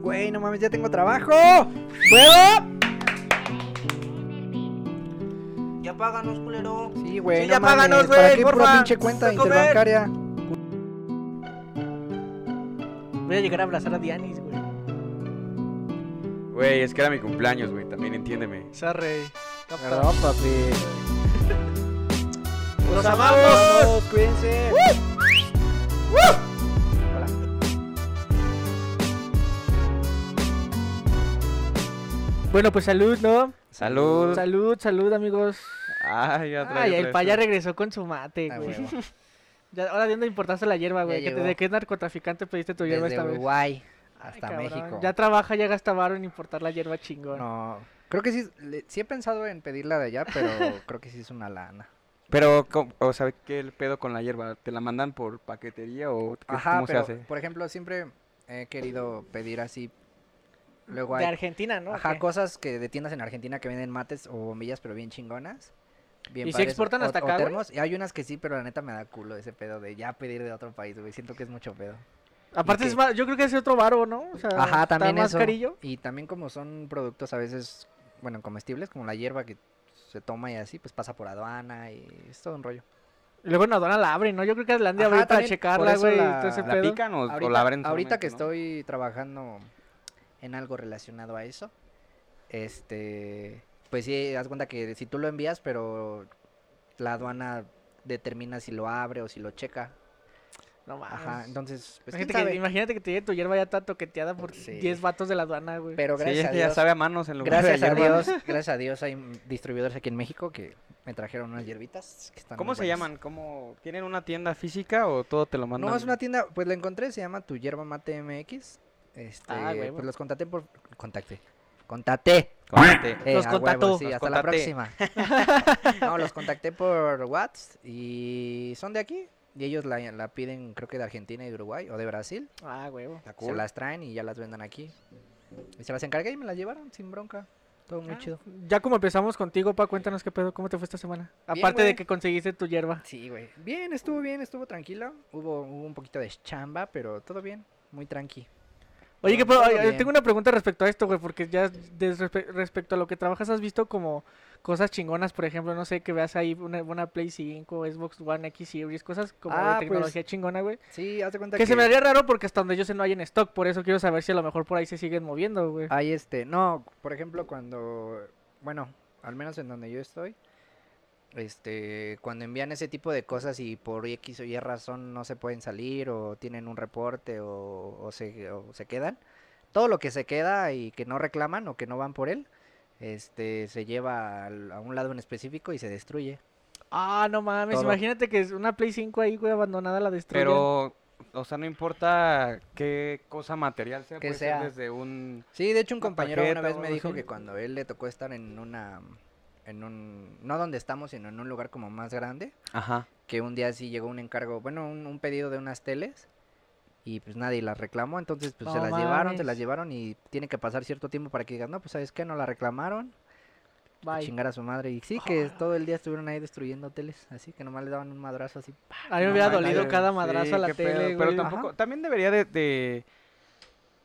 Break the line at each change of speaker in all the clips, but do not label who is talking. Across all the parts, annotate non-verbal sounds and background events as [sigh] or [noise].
güey, no mames, ya tengo trabajo. ¡Puedo!
Ya páganos, culero.
Sí, güey,
Sí,
no
ya
mames,
páganos,
¿para
güey,
qué
porfa.
pura pinche cuenta
Voy a comer.
interbancaria?
Voy a llegar a abrazar a Dianis, güey.
Güey, es que era mi cumpleaños, güey. También entiéndeme.
Sarre.
Perdón, papi. [laughs] Pues,
¡Los amamos!
Cuídense. Hola.
Bueno, pues salud, ¿no?
Salud.
Salud, salud, amigos.
Ay, ya trae
Ay,
otra
el
vez
paya
eso.
regresó con su mate,
Ah,
güey.
huevo.
[laughs] Ya, ahora de dónde importaste la hierba, güey.
Ya
que te-
llegó.
¿De qué narcotraficante pediste tu hierba
Desde
esta vez?
Uruguay
Ay,
hasta
cabrón,
México.
Ya trabaja, ya gasta varo en importar la hierba chingón.
No, creo que sí, le- sí he pensado en pedirla de allá, [laughs] pero creo que sí es una lana.
Pero, ¿cómo- o sea, ¿qué el pedo con la hierba? ¿Te la mandan por paquetería o qué-
Ajá,
cómo
pero
se hace?
por ejemplo, siempre he querido pedir así. Luego
De
hay
Argentina, ¿no?
ajá,
¿O qué?
cosas que de tiendas en Argentina que venden mates o bombillas, pero bien chingonas. Bien
¿Y se
padres,
exportan
o-
hasta
o
acá, güey?
termos, Y hay unas que sí, pero la neta me da culo ese pedo de ya pedir de otro país, güey. Siento que es mucho pedo.
Aparte,
¿y
es
qué?
más, yo creo que es otro varo, ¿no? O sea,
Ajá,
Ah, está
también
más
eso.
carillo.
Y también como son productos a veces, bueno, comestibles, como la hierba que se toma y así, pues pasa por aduana y es todo un rollo.
Y Luego en la aduana la abren, ¿no? Yo creo que la han de
Ajá,
abrir para
también, por
checarla,
eso
güey.
la-
todo ese
¿La
¿La
pedo.
pican o, o
Ahorita,
la abren?
ahorita que
solamente,
estoy trabajando en algo relacionado a eso, este, pues sí, haz cuenta que si tú lo envías, pero la aduana determina si lo abre o si lo checa.
No mames.
Ajá, entonces, pues quién
imagínate, que,
sabe.
imagínate que te llegue tu hierba ya está toqueteada por
Sí.
10 vatos de la aduana, güey.
Pero
no? Sí,
gracias
es
a
que ya
Dios,
sabe a manos en lugar de
gracias a
hierba, ¿no?
Dios,
[laughs]
gracias a Dios hay mm, distribuidores aquí en México que me trajeron unas hierbitas que están muy
¿Cómo se
buenas.
llaman? ¿Cómo, ¿Tienen una tienda física o todo te lo mandan?
No, es una tienda, pues la encontré, se llama Tu Hierba Mate MX. Este,
Ah, huevo.
pues los contacté por contacté. Contacté.
Cómete.
Eh,
Los
a huevo,
contactó.
sí,
Los
hasta la
contacté.
próxima.
[laughs]
no, los contacté por WhatsApp y son de aquí. Y ellos la, la piden, creo que de Argentina y de Uruguay o de Brasil.
Ah, huevo.
Se
cool.
las traen y ya las vendan aquí. Y se las encargué y me las llevaron sin bronca. Todo muy
Ah,
chido.
Ya como empezamos contigo, pa, cuéntanos qué pedo, cómo te fue esta semana.
Bien,
Aparte de
güey.
que conseguiste tu hierba.
Sí, güey. Bien, estuvo bien, estuvo tranquilo. Hubo, hubo un poquito de chamba, pero todo bien. Muy tranqui.
Oye,
No,
que pero,
todo
ay, ay,
bien.
tengo una pregunta respecto a esto, güey, porque ya des- respe- respecto a lo que trabajas, has visto como cosas chingonas, por ejemplo, no sé, que veas ahí una, una Play 5, Xbox One X Series, cosas como
Ah,
de
pues,
tecnología chingona, güey.
Sí, haz de cuenta
Que,
que...
se me haría raro porque hasta donde yo sé no hay en stock, por eso quiero saber si a lo mejor por ahí se siguen moviendo, güey.
Hay este, no, por ejemplo, cuando, bueno, al menos en donde yo estoy, este, cuando envían ese tipo de cosas y por X o Y razón no se pueden salir o tienen un reporte o, o se, o se quedan, todo lo que se queda y que no reclaman o que no van por él, este, se lleva al- a un lado en específico y se destruye.
Ah, no mames,
Todo.
imagínate que es una Play 5 ahí, güey, abandonada la destruyen.
Pero, o sea, no importa qué cosa material sea,
Que
puede ser
sea.
desde un...
Sí, de hecho un
Una
compañero una
tarjeta o
vez me
algo
dijo
así.
que cuando él le tocó estar en una, en un, no donde estamos, sino en un lugar como más grande,
Ajá.
que un día sí llegó un encargo, bueno, un, un pedido de unas teles y pues nadie las reclamó, entonces pues se
No
las llevaron, se las
mames.
llevaron y tiene que pasar cierto tiempo para que digan, no, pues sabes qué, no la reclamaron, a
Bye.
chingar a su madre y sí, que
Ah.
todo el día estuvieron ahí destruyendo teles, así que nomás le daban un madrazo así. pa.
A mí me
No
hubiera
mames,
dolido
güey.
cada madrazo
Sí,
a la
qué
tele,
pedo,
güey.
Pero tampoco,
Ajá.
también debería de, de,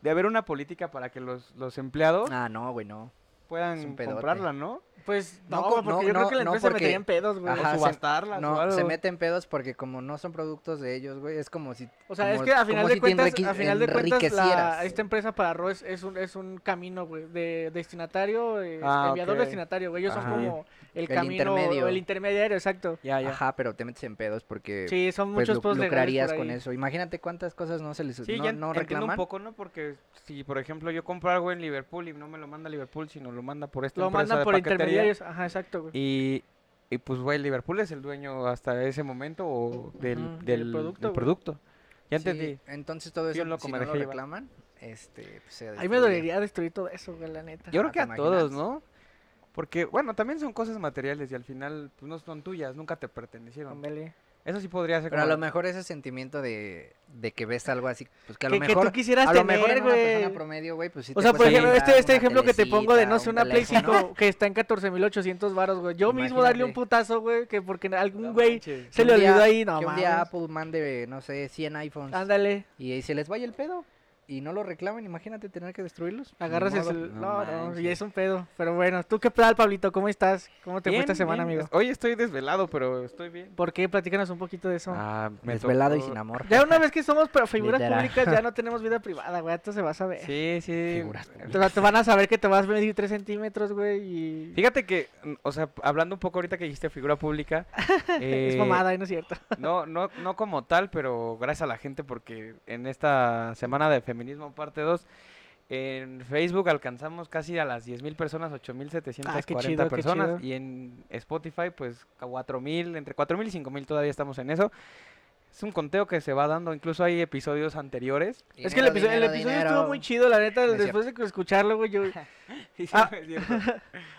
de haber una política para que los, los empleados
Ah, no, güey, no. es
puedan
un pedote.
comprarla, ¿no?
Pues no,
No, co-
porque
no,
yo creo
no,
que la
no,
empresa
porque-
metería en pedos, güey.
Ajá,
o
se-
subastarla, o
No,
algo.
se meten pedos porque como no son productos de ellos, güey, es como si...
O sea,
como-
es que a final
como
de
si te
cuentas,
enrique-
a final de cuentas la-
enriquecieras.
esta empresa para Ro es, es un, es un camino, güey, de destinatario, eh,
Ah,
enviador
ok.
destinatario, güey. Ellos
Ajá.
son como el,
El
camino,
intermedio.
el intermediario, exacto.
Ya, ya.
Ajá, pero te metes en pedos porque...
Ah, Sí, son
Pues
muchos
lu-
posts legales
lucrarías
por
con
ahí.
eso. Imagínate cuántas cosas no se les
Sí,
no,
ya
no
entiendo un
reclaman.
poco, ¿no? Porque si, por ejemplo, yo compro algo en Liverpool y no me lo manda Liverpool, sino lo manda por esta
Lo
empresa
mandan
de
por
paquetería,
intermediarios, ajá, exacto, güey.
Y, y pues, güey, Liverpool es el dueño hasta ese momento o del,
Ujú, del
del,
producto,
producto.
güey.
producto. Ya
Sí,
entendí.
Entonces todo
Fui
eso
un loco,
si
me
no lo
dejé llevar.
reclaman, este pues, se
Ahí me
destruye.
dolería destruir todo eso, güey, la neta.
Yo
Ajá,
creo que
Ah, te
a todos,
imaginas.
¿no? Porque, bueno, también son cosas materiales y al final pues, no son tuyas, nunca te pertenecieron.
Ándale.
Eso sí podría ser
Pero a
como-
lo mejor ese sentimiento de, de que ves algo así, pues que a lo
Que, que
mejor
tú quisieras
a lo mejor
tener,
en una persona
güey.
promedio, güey, pues sí
O
te
sea, por
cuesta
ejemplo, este,
comprar
este
una
ejemplo que te pongo de, no
telecita,
sé,
un
una Play
teléfono.
5 que está en 14,800 varos, güey. Yo mismo darle un
Imagínate.
putazo, güey, que porque algún
No
güey
manches.
se
Que
le
un día-
olvidó ahí, no
que un día pues,
mames.
Apple mande, no sé, 100 iPhones
Ándale.
y ahí se les vaya el pedo. y no lo reclaman, imagínate tener que destruirlos. Ni
Agarras el
modo.
cel-
No
No, no, y
manches.
es un pedo. Pero bueno, ¿tú qué tal, Pablito? ¿Cómo estás? ¿Cómo te
Bien,
fue esta semana,
bien.
amigo?
Hoy estoy desvelado, pero estoy bien.
¿Por qué? Platícanos un poquito de eso.
Ah,
Desvelado y
tocó-
sin amor.
Ya una vez que somos pero figuras
Literal.
públicas, ya
[laughs]
no tenemos vida privada, güey. Entonces se va a saber.
Sí, sí.
Figuras
Te, va- te van a saber que te vas a medir 3 centímetros, güey. Y...
Fíjate que, mm, o sea, hablando un poco ahorita que dijiste figura
[laughs]
pública. eh,
Es mamada, y no es cierto.
No, no, no como tal, pero gracias a la gente porque en esta semana de Feminismo Parte 2, en Facebook alcanzamos casi a las 10.000 personas, 8.740
chido, qué
personas.
chido.
Y en Spotify, pues 4.000, entre 4.000 y 5.000 todavía estamos en eso. Es un conteo que se va dando, incluso hay episodios anteriores.
es que el episodio, el
Dinero,
episodio
dinero,
estuvo muy chido, la neta.
No es
después de escucharlo,
[laughs]
güey, yo.
Ah,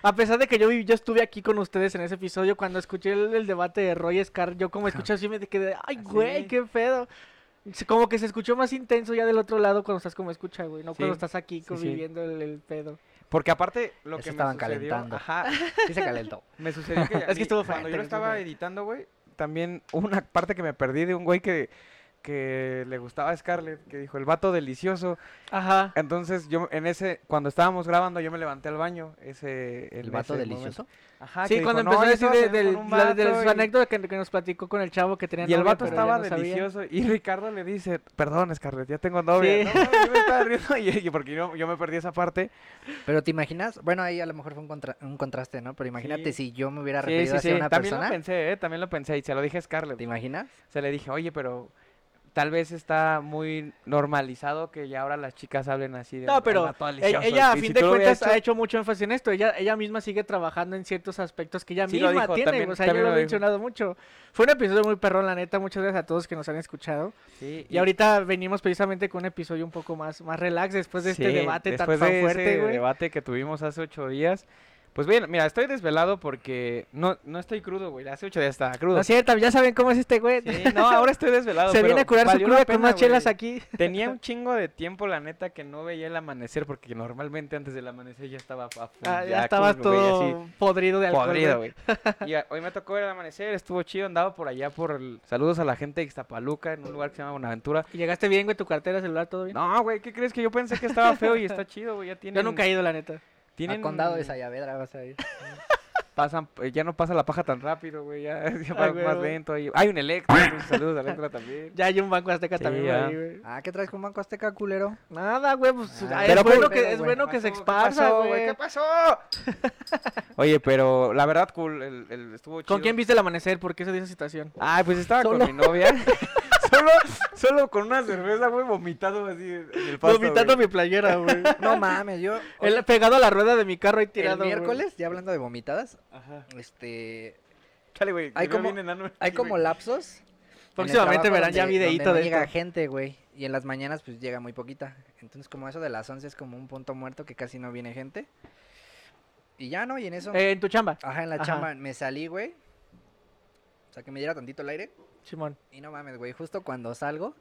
A pesar de que yo, vi- yo estuve aquí con ustedes en ese episodio, cuando escuché el, el debate de Roy Scar, yo como escuché así me quedé, ay,
Así
güey,
es.
qué pedo. Se- Como que se escuchó más intenso ya del otro lado cuando estás como escucha, güey, no cuando
Sí,
estás aquí
sí, sí.
conviviendo el, el pedo.
Porque aparte lo
Ya se
que me
estaban
sucedió-
calentando.
ajá,
Sí se
[laughs]
calentó.
Me sucedió que a
Es que
mí,
estuvo
cuando
fuerte,
yo lo
güey, estuvo
estaba
fuerte.
editando, güey, también hubo una parte que me perdí de un güey que, que le gustaba a Scarlett, que dijo, el vato delicioso.
Ajá.
Entonces, yo en ese, cuando estábamos grabando, yo me levanté al baño, ese...
El
en
vato
ese
delicioso.
momento. Ajá,
sí,
Ah, que
cuando
dijo, "No,
empezó a
yo
decir
estaba
de,
saliendo
del-
con un
la- de
vato
su
y-
anécdota que, que nos platicó con el chavo que tenía
Y el
novia,
vato
pero ya
estaba
no sabía.
delicioso. Y Ricardo le dice, perdón, Scarlett, ya tengo novia.
Sí.
No, mames, yo me estaba riendo [laughs] y- y porque yo, yo me perdí esa parte.
Pero te imaginas, bueno, ahí a lo mejor fue un, contra- un contraste, ¿no? Pero imagínate
Sí.
si yo me hubiera
Sí,
referido
sí,
hacia
sí.
una
También lo
persona.
pensé, ¿eh? También lo pensé. Y se lo dije a Scarlett.
¿Te imaginas?
se le dije, oye, pero tal vez está muy normalizado que ya ahora las chicas hablen así de
No, pero e- ella a fin de cuentas ha hecho mucho énfasis en esto. Ella, ella misma sigue trabajando en ciertos aspectos que ella
Sí, lo
misma
dijo,
tiene.
también-
o sea, yo
también
lo he
lo dijo.
mencionado mucho. Fue un episodio muy perrón, la neta. Muchas gracias a todos que nos han escuchado. Y,
y ahorita
ahorita venimos precisamente con un episodio un poco más, más relax después de este debate tan,
después
tan
de
fuerte,
ese
güey.
debate que tuvimos hace ocho días. Pues bien, mira, estoy desvelado porque no, no estoy crudo, güey. Hace ocho días estaba crudo.
No es cierto, ya saben cómo es este [laughs] güey.
Sí, no, ahora estoy desvelado.
[laughs] Se
pero
viene a curar su
valió la
cruda con
pena,
unas chelas
güey.
aquí.
Tenía un chingo de tiempo, la neta, que no veía el amanecer porque normalmente antes del amanecer ya estaba a full,
Ah, ya
ya
estaba
crudo, güey, así.
todo podrido de alcohol.
Podrido,
güey.
güey. [laughs] Y a- hoy me tocó ver el amanecer, estuvo chido, andaba por allá por el- Saludos a la gente de Ixtapaluca, en un lugar que se llama Buenaventura.
¿Y llegaste bien, güey? ¿Tu cartera, celular, todo bien?
No, güey, ¿qué crees? Que yo pensé que estaba feo y está chido, güey, ya tienen...
[laughs] yo nunca he ido, la neta.
Al
tienen,
condado de Sayavedra vas a ir.
Pasan, eh, ya no pasa la paja tan rápido, güey, ya, [laughs] ya
Ay,
va
güey,
más
güey.
lento. ahí. Hay un Electra, entonces, saludos a Electra
[laughs]
también.
Ya hay un banco azteca
Sí,
también por
ya.
ahí, güey.
Ah, ¿qué traes con Banco Azteca,
[laughs]
culero?
Nada, güey, pues
Ah,
ay,
pero
es bueno
pues,
que,
pero,
es
güey,
bueno
¿Qué
que se
pasó? ¿Qué pasó,
exparsa, güey.
¿Qué pasó? [laughs] Oye, pero la verdad, cool, el, el- estuvo chido.
¿Con quién viste el amanecer? ¿Por qué se dio esa situación?
Ay, pues estaba
Solo.
con mi
[laughs]
novia. [laughs] solo, solo con una cerveza, güey, vomitado así en el pasto, güey.
Vomitando mi playera, [laughs] güey.
No mames, yo.
El- pegado a la rueda de mi carro y
el
tirado. güey.
miércoles, ya hablando de vomitadas,
Ajá.
este.
Chale, güey.
Hay
me veo
como-
bien enano
Hay
aquí,
como
güey.
lapsos. en el
Próximamente
trabajo
verán ya
donde- donde
videíto
no
de
llega
esto.
gente, güey. Y en las mañanas, pues llega muy poquita. Entonces, como eso de las 11 es como un punto muerto que casi no viene gente. Y ya no, y en eso.
Eh, en tu chamba,
Ajá, en la
Ajá.
chamba me salí, güey. O sea, que me diera tantito el aire.
Simón.
Y no mames, güey, justo cuando salgo,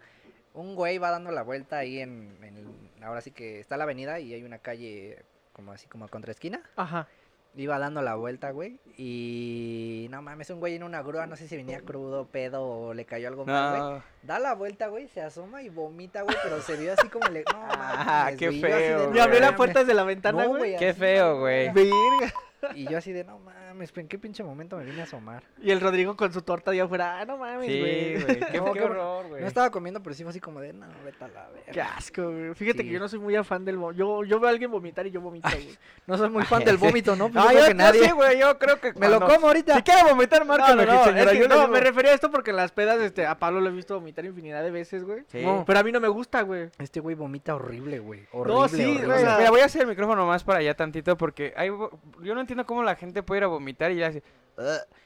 un güey va dando la vuelta ahí en, en el- ahora sí que está la avenida y hay una calle como así como contra esquina.
Ajá.
Iba dando la vuelta, güey, y no mames, un güey en una grúa, no sé si venía crudo, pedo o le cayó algo mal, güey.
No.
Da la vuelta, güey, se asoma y vomita, güey, pero se vio así como le no
[laughs] Ah,
mames,
qué
güey, y yo así de,
feo,
"No
Y abrió las
mames".
puertas de la ventana,
No,
güey.
güey,
Qué
así,
feo, güey.
Verga.
Y yo así de, no mames, ¿en qué pinche momento me vine a asomar?
Y el Rodrigo con su torta allá afuera. Ah, no mames,
Sí,
güey.
güey. Qué,
No,
qué
qué
horror, güey.
No estaba comiendo, pero sí fue así como de, no, vete a la verga.
Qué asco, güey. Fíjate que
Sí.
yo no soy muy afán del vómito. Yo, yo veo a alguien vomitar y yo vomito, güey. No soy
[laughs]
muy fan del
sí.
vómito, ¿no? Pues
Ah,
yo creo
yo
que
no
nadie.
sé, Ah, güey. Yo creo que.
Me lo
cuando-
como ahorita.
Si quiere vomitar, márcame,
no, no, no,
señora.
es que
yo le
no,
digo.
me refería a esto porque en las pedas este, a Pablo lo he visto vomitar infinidad de veces, güey.
Sí.
No, Pero a mí no me gusta, güey.
Este güey vomita horrible, güey. Horrible,
sí,
horrible.
güey, o sea,
Mira, voy a hacer el micrófono más para allá tantito porque hay vo- yo no entiendo cómo la gente puede ir a vomitar y ya hace. "Ugh".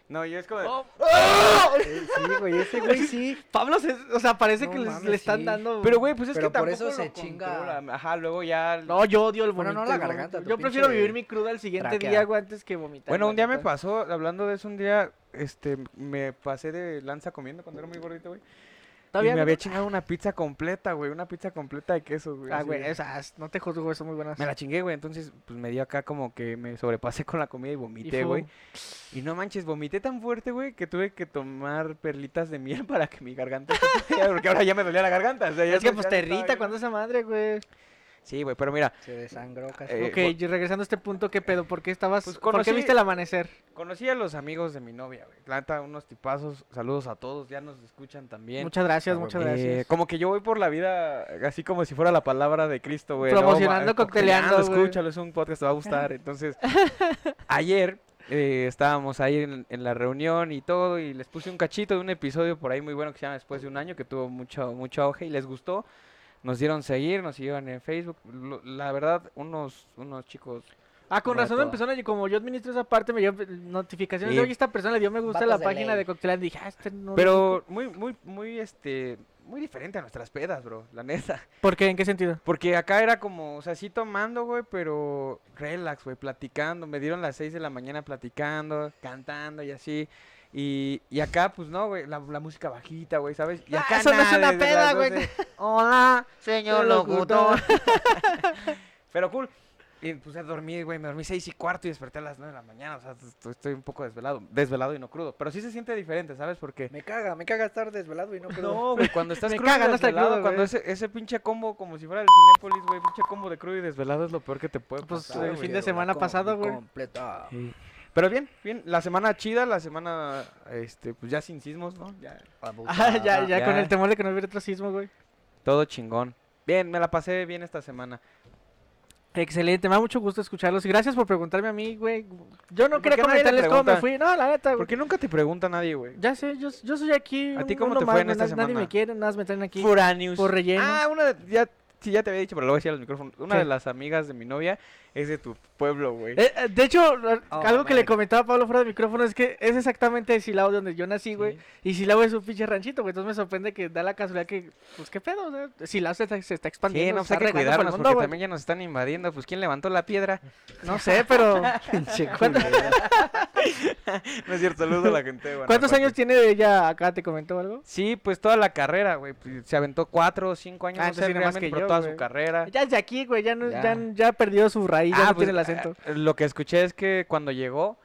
No, yo es como. de-
Oh,
Eh, Sí, güey, ese güey
[laughs]
sí.
Pablo, se- o sea, parece
No
que les-
mames,
le están
sí.
dando.
Pero, güey, pues es
Pero
que
por
tampoco
eso se
lo
chinga.
controla. Ajá, luego ya.
No, yo odio el
Bueno,
vómito.
no la
el vómito.
garganta, tu
Yo prefiero
pinche
vivir mi cruda el siguiente
tráquea.
día, güey, antes que vomitar.
Bueno,
la
un día me
neta.
pasó, hablando de eso, un día este, me pasé de lanza comiendo cuando era muy gordito, güey. Y
Todavía
me había chingado una pizza completa, güey. Una pizza completa de queso, güey.
Ah,
así
güey,
de-
esas, no te juzgo, güey, son muy buenas.
Me la chingué, güey. Entonces, pues me dio acá como que me sobrepasé con la comida y
Y
vomité,
fu-
güey. Y no manches, vomité tan fuerte, güey, que tuve que tomar perlitas de miel [laughs] para que mi garganta. se pudiera- porque ahora ya me dolía la garganta. o sea, ya
Es que
no-
pues
ya
te
no estaba
irrita
bien.
cuando esa madre, güey.
Sí, güey, pero mira,
Se desangró casi.
Eh,
ok, y regresando a este punto, ¿qué pedo? ¿Por qué estabas,
Pues
por qué
conocí-
viste el amanecer?
conocí a los amigos de mi novia, güey. La neta, unos tipazos. Saludos a todos, ya nos escuchan también.
Muchas gracias,
Ah,
muchas
huevo.
Eh,
gracias.
como que yo voy por la vida eh, así como si fuera la palabra de Cristo, güey. ¿no?
Promocionando,
Va-
cocteleando, güey.
escúchalo, es un podcast, te va a
[laughs]
gustar. Entonces, ayer eh, estábamos ahí en, en la reunión y todo, y les puse un cachito de un episodio por ahí muy bueno que se llama Después de un año, que tuvo mucho, mucho auge y les gustó. Nos dieron seguir, nos siguieron en Facebook. Lo- la verdad, unos, unos chicos.
Ah, con
Como de
razón
todo.
empezaron y como yo administro esa parte, me dio notificaciones.
Sí.
de Oye, esta persona le dio me gusta a la
Vatos de
página
ley.
de Coctelan. Dije, ah, este no. lo
Pero muy, muy, muy, este. Muy diferente a nuestras pedas, bro, la neta.
ubico". ¿Por qué? ¿En qué sentido?
Porque acá era como, o sea, sí tomando, güey, pero relax, güey, platicando. Me dieron las 6 de la mañana platicando, cantando y así. Y, y acá, pues no, güey, la, la música bajita, güey, ¿sabes? Y
Ah,
acá
eso no es una
desde las
peda, güey. [laughs]
12, Hola,
Señor
locutor.
[laughs] pero cool. Y me puse a dormir, güey, me dormí 6 y cuarto y desperté a las 9 de la mañana. O sea, estoy, estoy un poco desvelado, desvelado y no crudo. Pero sí se siente diferente, ¿sabes? Porque
Me caga, me caga estar desvelado y no crudo.
no, güey, cuando estás
Me
crudo y
caga no estar
desvelado,
crudo,
cuando
güey.
ese, ese pinche combo, como si fuera el Cinépolis, güey, pinche combo de crudo y desvelado es lo peor que te puede
Pues,
pasar,
el
güey.
fin de semana pasado, güey. Ah,
Completa.
Sí. eh, Pero bien, bien, la semana chida, la semana, este, pues ya sin sismos, ¿no? Ya,
Ah, [laughs] ya, ya, con
ya.
el temor de que no hubiera otro sismo, güey.
todo chingón. Bien, me la pasé bien esta semana.
Excelente, me da mucho gusto escucharlos. Y gracias por preguntarme a mí, güey. Yo no
¿Por
quería
qué nadie le
comentarles cómo me
pregunta?
fui. No, la neta, güey.
Porque nunca te pregunta nadie, güey.
Ya sé, yo, yo soy aquí.
¿A
un-
ti cómo
uno
te
más,
fue en
na-
esta
Nadie
semana?
me quiere, nada más me traen aquí.
Furanius.
Por relleno.
Ah, una de, ya, sí, ya te había dicho, pero lo voy a decir al micrófono. Una
¿Qué?
de las amigas de mi novia es de tu pueblo, güey.
Eh, eh, de hecho, lo-
Oh,
algo que le
man.
comentaba a Pablo fuera de micrófono es que es exactamente Silao de donde yo nací, güey.
Sí.
Y Silao es un pinche ranchito, güey. Entonces me sorprende que da la casualidad que, pues qué pedo, o sea, Silao se está, se está expandiendo.
Sí, no,
se
pues hay que
está regando por el
cuidarnos
mundo,
porque
güey.
también ya nos están invadiendo. Pues, ¿quién levantó la piedra?
No sé, [laughs] pero. ¿Cuánto-
[laughs] No es cierto, saludos a la gente. pues, de
¿Cuántos
Guanajuato.
años tiene de ella acá? ¿Te comentó algo?
Sí, pues toda la carrera, güey. pues, Se aventó cuatro o cinco años,
Ah,
no sé
entonces tiene más
realmente,
que
pero
yo,
toda su
güey.
carrera.
Ya es de aquí, güey. Ya, no, ya.
Ya.
n- ya perdió su raíz, ya no
pues,
tiene el acento.
ah, lo que escuché es que cuando llegó,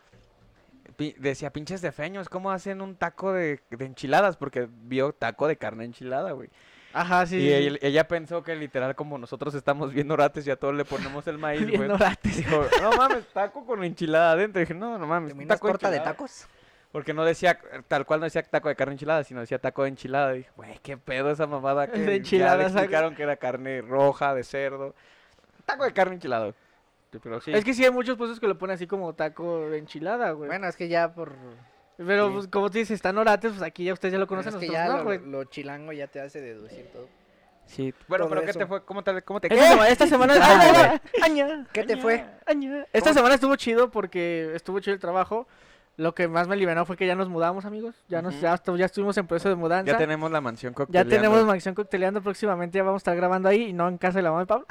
pi- decía, pinches de feños, ¿cómo hacen un taco de, de enchiladas? Porque vio taco de carne enchilada, güey.
Ajá, sí.
y
sí,
él- ella pensó que literal, como nosotros estamos viendo rates y a todos le ponemos el
[laughs]
maíz,
Bien
güey.
orate.
Dijo, no mames, taco con enchilada adentro. dije, no, no mames, un
¿Terminas
taco
corta de
enchilada".
tacos?
Porque no decía, tal cual no decía taco de carne enchilada, sino decía taco de enchilada. Y dije, güey, qué pedo esa
[laughs]
mamada que ya le
enchilada, ¿sabes?
explicaron que era carne roja, de cerdo. Taco de carne enchilado. Pero sí.
Es que sí hay muchos puestos que lo ponen así como taco de enchilada, güey.
Bueno, es que ya por...
pero
sí.
pues, como tú dices, están orates, pues aquí ya ustedes ya lo conocen.
es que
nosotros
ya
no,
lo,
güey.
lo chilango ya te hace deducir todo.
Sí. Bueno,
todo
pero ¿qué te
eso.
fue? ¿Cómo te, cómo te
Esta sema- Esta [laughs] semana.
Ay,
Aña, aña,
¿Qué te
aña,
fue?
aña. Esta
¿Cómo?
semana estuvo chido porque estuvo chido el trabajo. Lo que más me liberó fue que ya nos mudamos, amigos. Ya nos
Ujú.
ya, estu- ya estuvimos en proceso de mudanza.
Ya tenemos la mansión
Ya
cocteleando.
tenemos Mansión Cocteleando próximamente. Ya vamos a estar grabando ahí y no en casa de la mamá de Pablo.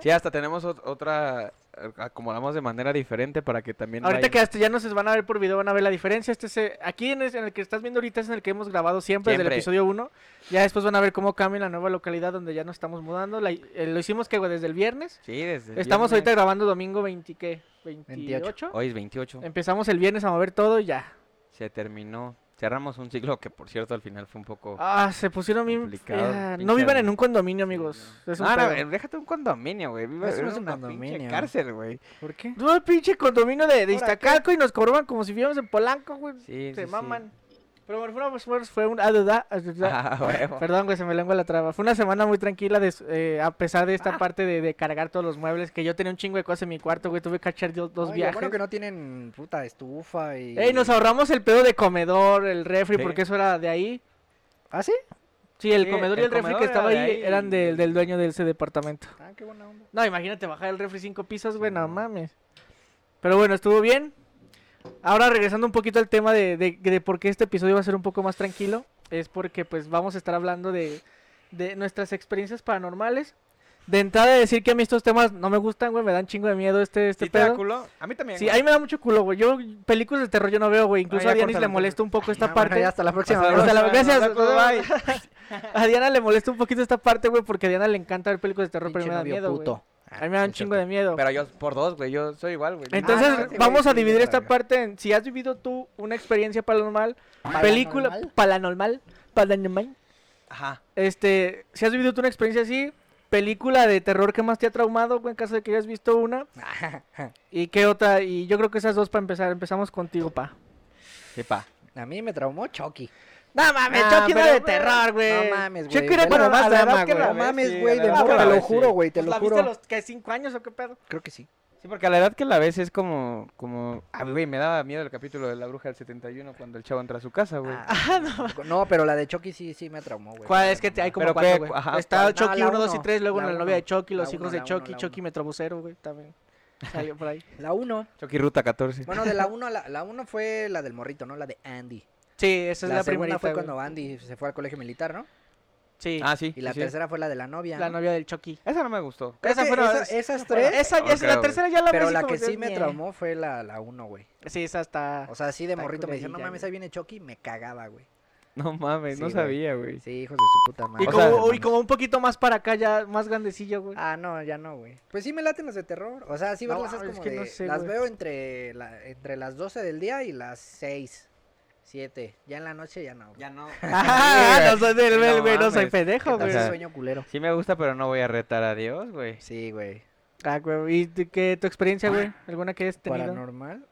Sí, hasta tenemos ot- otra. eh, Acomodamos de manera diferente para que también.
Ahorita
vayan-
que hasta ya nos van a ver por video, van a ver la diferencia. Este se, aquí en, es- en el que estás viendo ahorita es en el que hemos grabado siempre, desde
Siempre.
el episodio 1. Ya después van a ver cómo cambia la nueva localidad donde ya nos estamos mudando. La- eh, lo hicimos que desde el viernes.
Sí, desde. el
estamos ahorita
viernes.
grabando domingo 20, ¿qué? 28.
Hoy es 28.
Empezamos el viernes a mover todo y ya.
Se terminó. Cerramos un ciclo que, por cierto, al final fue un poco.
Ah, se pusieron bien.
Complicado,
Ah, no
pinche
vivan en
admin.
un condominio, amigos. Es un
no, no,
pedo.
eh, déjate un condominio, güey. Vive
Eso no
en
es un
una pinche
condominio.
cárcel, güey.
¿Por qué?
No, el pinche condominio de, de
Ahora,
Iztacalco y nos cobraban como si viéramos en Polanco, güey.
Sí,
se
sí, sí.
maman. Pero bueno, fue una- fue, fue un. ah, da- ah, da-
[laughs] Ah, huevo.
Perdón, güey, se me lengua la traba. Fue una semana muy tranquila, des- eh, a pesar de
Ah.
esta parte de, de cargar todos los muebles, que yo tenía un chingo de cosas en mi cuarto, güey, tuve que echar do- dos
Ay,
viajes.
Lo bueno que no tienen puta estufa y...
Ey, nos ahorramos el pedo de comedor, el refri,
Sí.
porque eso era de ahí.
¿Ah, sí?
Sí, el
Sí,
comedor y
el
el refri que
comedor
estaba ahí,
era de ahí.
eran del- del dueño de ese departamento.
Ah, qué buena onda.
No, imagínate bajar el refri cinco pisos, güey,
Sí,
no
no.
mames. Pero bueno, estuvo bien. Ahora regresando un poquito al tema de, de- de por qué este episodio va a ser un poco más tranquilo, es porque pues vamos a estar hablando de, de nuestras experiencias paranormales. de entrada decir que a mí estos temas no me gustan, güey, me dan chingo de miedo este, este
¿Sí te da
pedo.
culo? A mí también.
Sí,
güey.
ahí me da mucho culo, güey. Yo películas de terror yo no veo, güey. Incluso
ya
a Dianis
córtala,
le molesta un poco esta
Ah, bueno,
parte.
ya hasta la próxima.
Hasta
bro.
Hasta la-
Nos
gracias.
vemos,
A Diana le molesta un poquito esta parte, güey, porque a Diana le encanta ver películas de terror, pero
Pinche
me da
novio
miedo, güey.
puto.
A mí me da un chingo de miedo.
Pero yo por dos, güey, yo soy igual, güey.
Entonces,
Ah, no, ese güey
vamos a
sí,
dividir
la
esta
verga.
parte en si has vivido tú una experiencia paranormal, película paranormal, paranormal.
Ajá.
Este, si has vivido tú una experiencia así, película de terror que más te ha traumado, güey, en caso de que hayas visto una. ¿Y qué otra? Y yo creo que esas dos para empezar. Empezamos contigo, pa.
Sí, pa.
[laughs] A mí me traumó Chucky.
No mames,
Ah,
Chucky era
pero,
de
güey,
terror, güey.
no mames, güey.
Chucky era
Bueno,
como
más
más
la edad
drama,
que
güey.
la
No
ves, sí,
mames, güey,
a
de
la
morro,
verga,
te lo
güey,
juro,
sí.
güey, te
Pues,
lo
¿La viste a
juro.
los que cinco años o qué pedo?
Creo que sí.
Sí, porque a la edad que la ves es como, como, ah, güey, me daba miedo el capítulo de la bruja del 71 cuando el chavo entra a su casa, güey.
[laughs]
Ah, no. no, pero la de Chucky sí, sí me traumó, güey.
¿Cuál? Es que te- hay como
Pero
cuatro,
qué,
güey.
ajá,
Está
¿cuál? No,
Chucky
la
1, 2 y
uno,
3, luego
la
la novia de
uno,
Chucky, los
la
hijos
uno,
de
la uno,
Chucky,
la
Chucky
uno.
Metrobusero, güey,
[laughs]
también salió por ahí.
La 1.
Chucky Ruta 14.
Bueno, de la 1 a la, la 1 fue la del morrito, ¿no? La de Andy.
Sí, esa es
la
la,
segunda
primera
fue cuando Andy se fue al colegio militar, ¿no?
Sí,
Ah, sí.
Y la
sí, sí.
tercera fue la de la novia.
la
¿no?
novia del Chucky.
Esa no me gustó.
Creo
Esa
que
fueron-
esa- esas tres,
Esa,
No
esa-
creo,
la
güey.
tercera ya la
pero
ves y
la
como
que sí me
"Meh".
traumó fue la 1, güey.
Sí, esa está...
O sea, así de
Está
morrito me dijeron, no
culerilla,
mames,
güey.
ahí viene Chucky, me cagaba, güey.
No mames,
Sí,
no
güey.
sabía, güey.
Sí, hijos de su puta madre.
Y,
O
como,
sea-
o- y como un poquito más para acá, ya más
[laughs]
grandecillo, güey. [laughs]
Ah, no, ya no, güey. Pues sí me laten las de terror. O sea, sí
No,
verlas es
es
como
que no
de-
sé,
las
güey.
veo entre, la- entre las 12 del día y las 6, 7. Ya en la noche ya no, güey. [laughs]
no.
Ah, no soy del
No
güey, no soy
mames.
pendejo,
Entonces
güey.
Ajá.
sueño culero.
Sí me gusta, pero no voy a retar a Dios, güey.
Sí, güey.
Ah, güey, ¿y tú qué, tu experiencia, güey? ¿Alguna que hayas tenido?
Paranormal.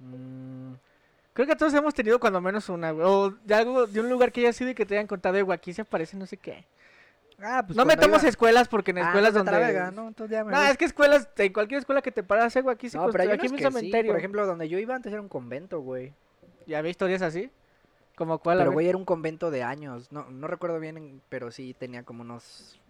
Mm,
Creo que todos hemos tenido cuando menos una, güey. O de algo, de un lugar que hayas sido y que te hayan contado de aquí se aparece no sé qué.
Ah, pues cuando
no metamos
iba-
escuelas porque en
Ah,
escuelas
no,
donde...
vete a la verga, no, entonces ya me
No,
voy.
es que escuelas, en cualquier escuela que te paras, güey, aquí se
No, pero hay
construyó, aquí
unos
en un
que sí,
cementerio.
Por ejemplo, donde yo iba antes era un convento, güey.
¿Y había historias así? Como cuál, a
Pero,
ver?
güey, era un convento de años. No, no recuerdo bien, en- pero sí tenía como unos.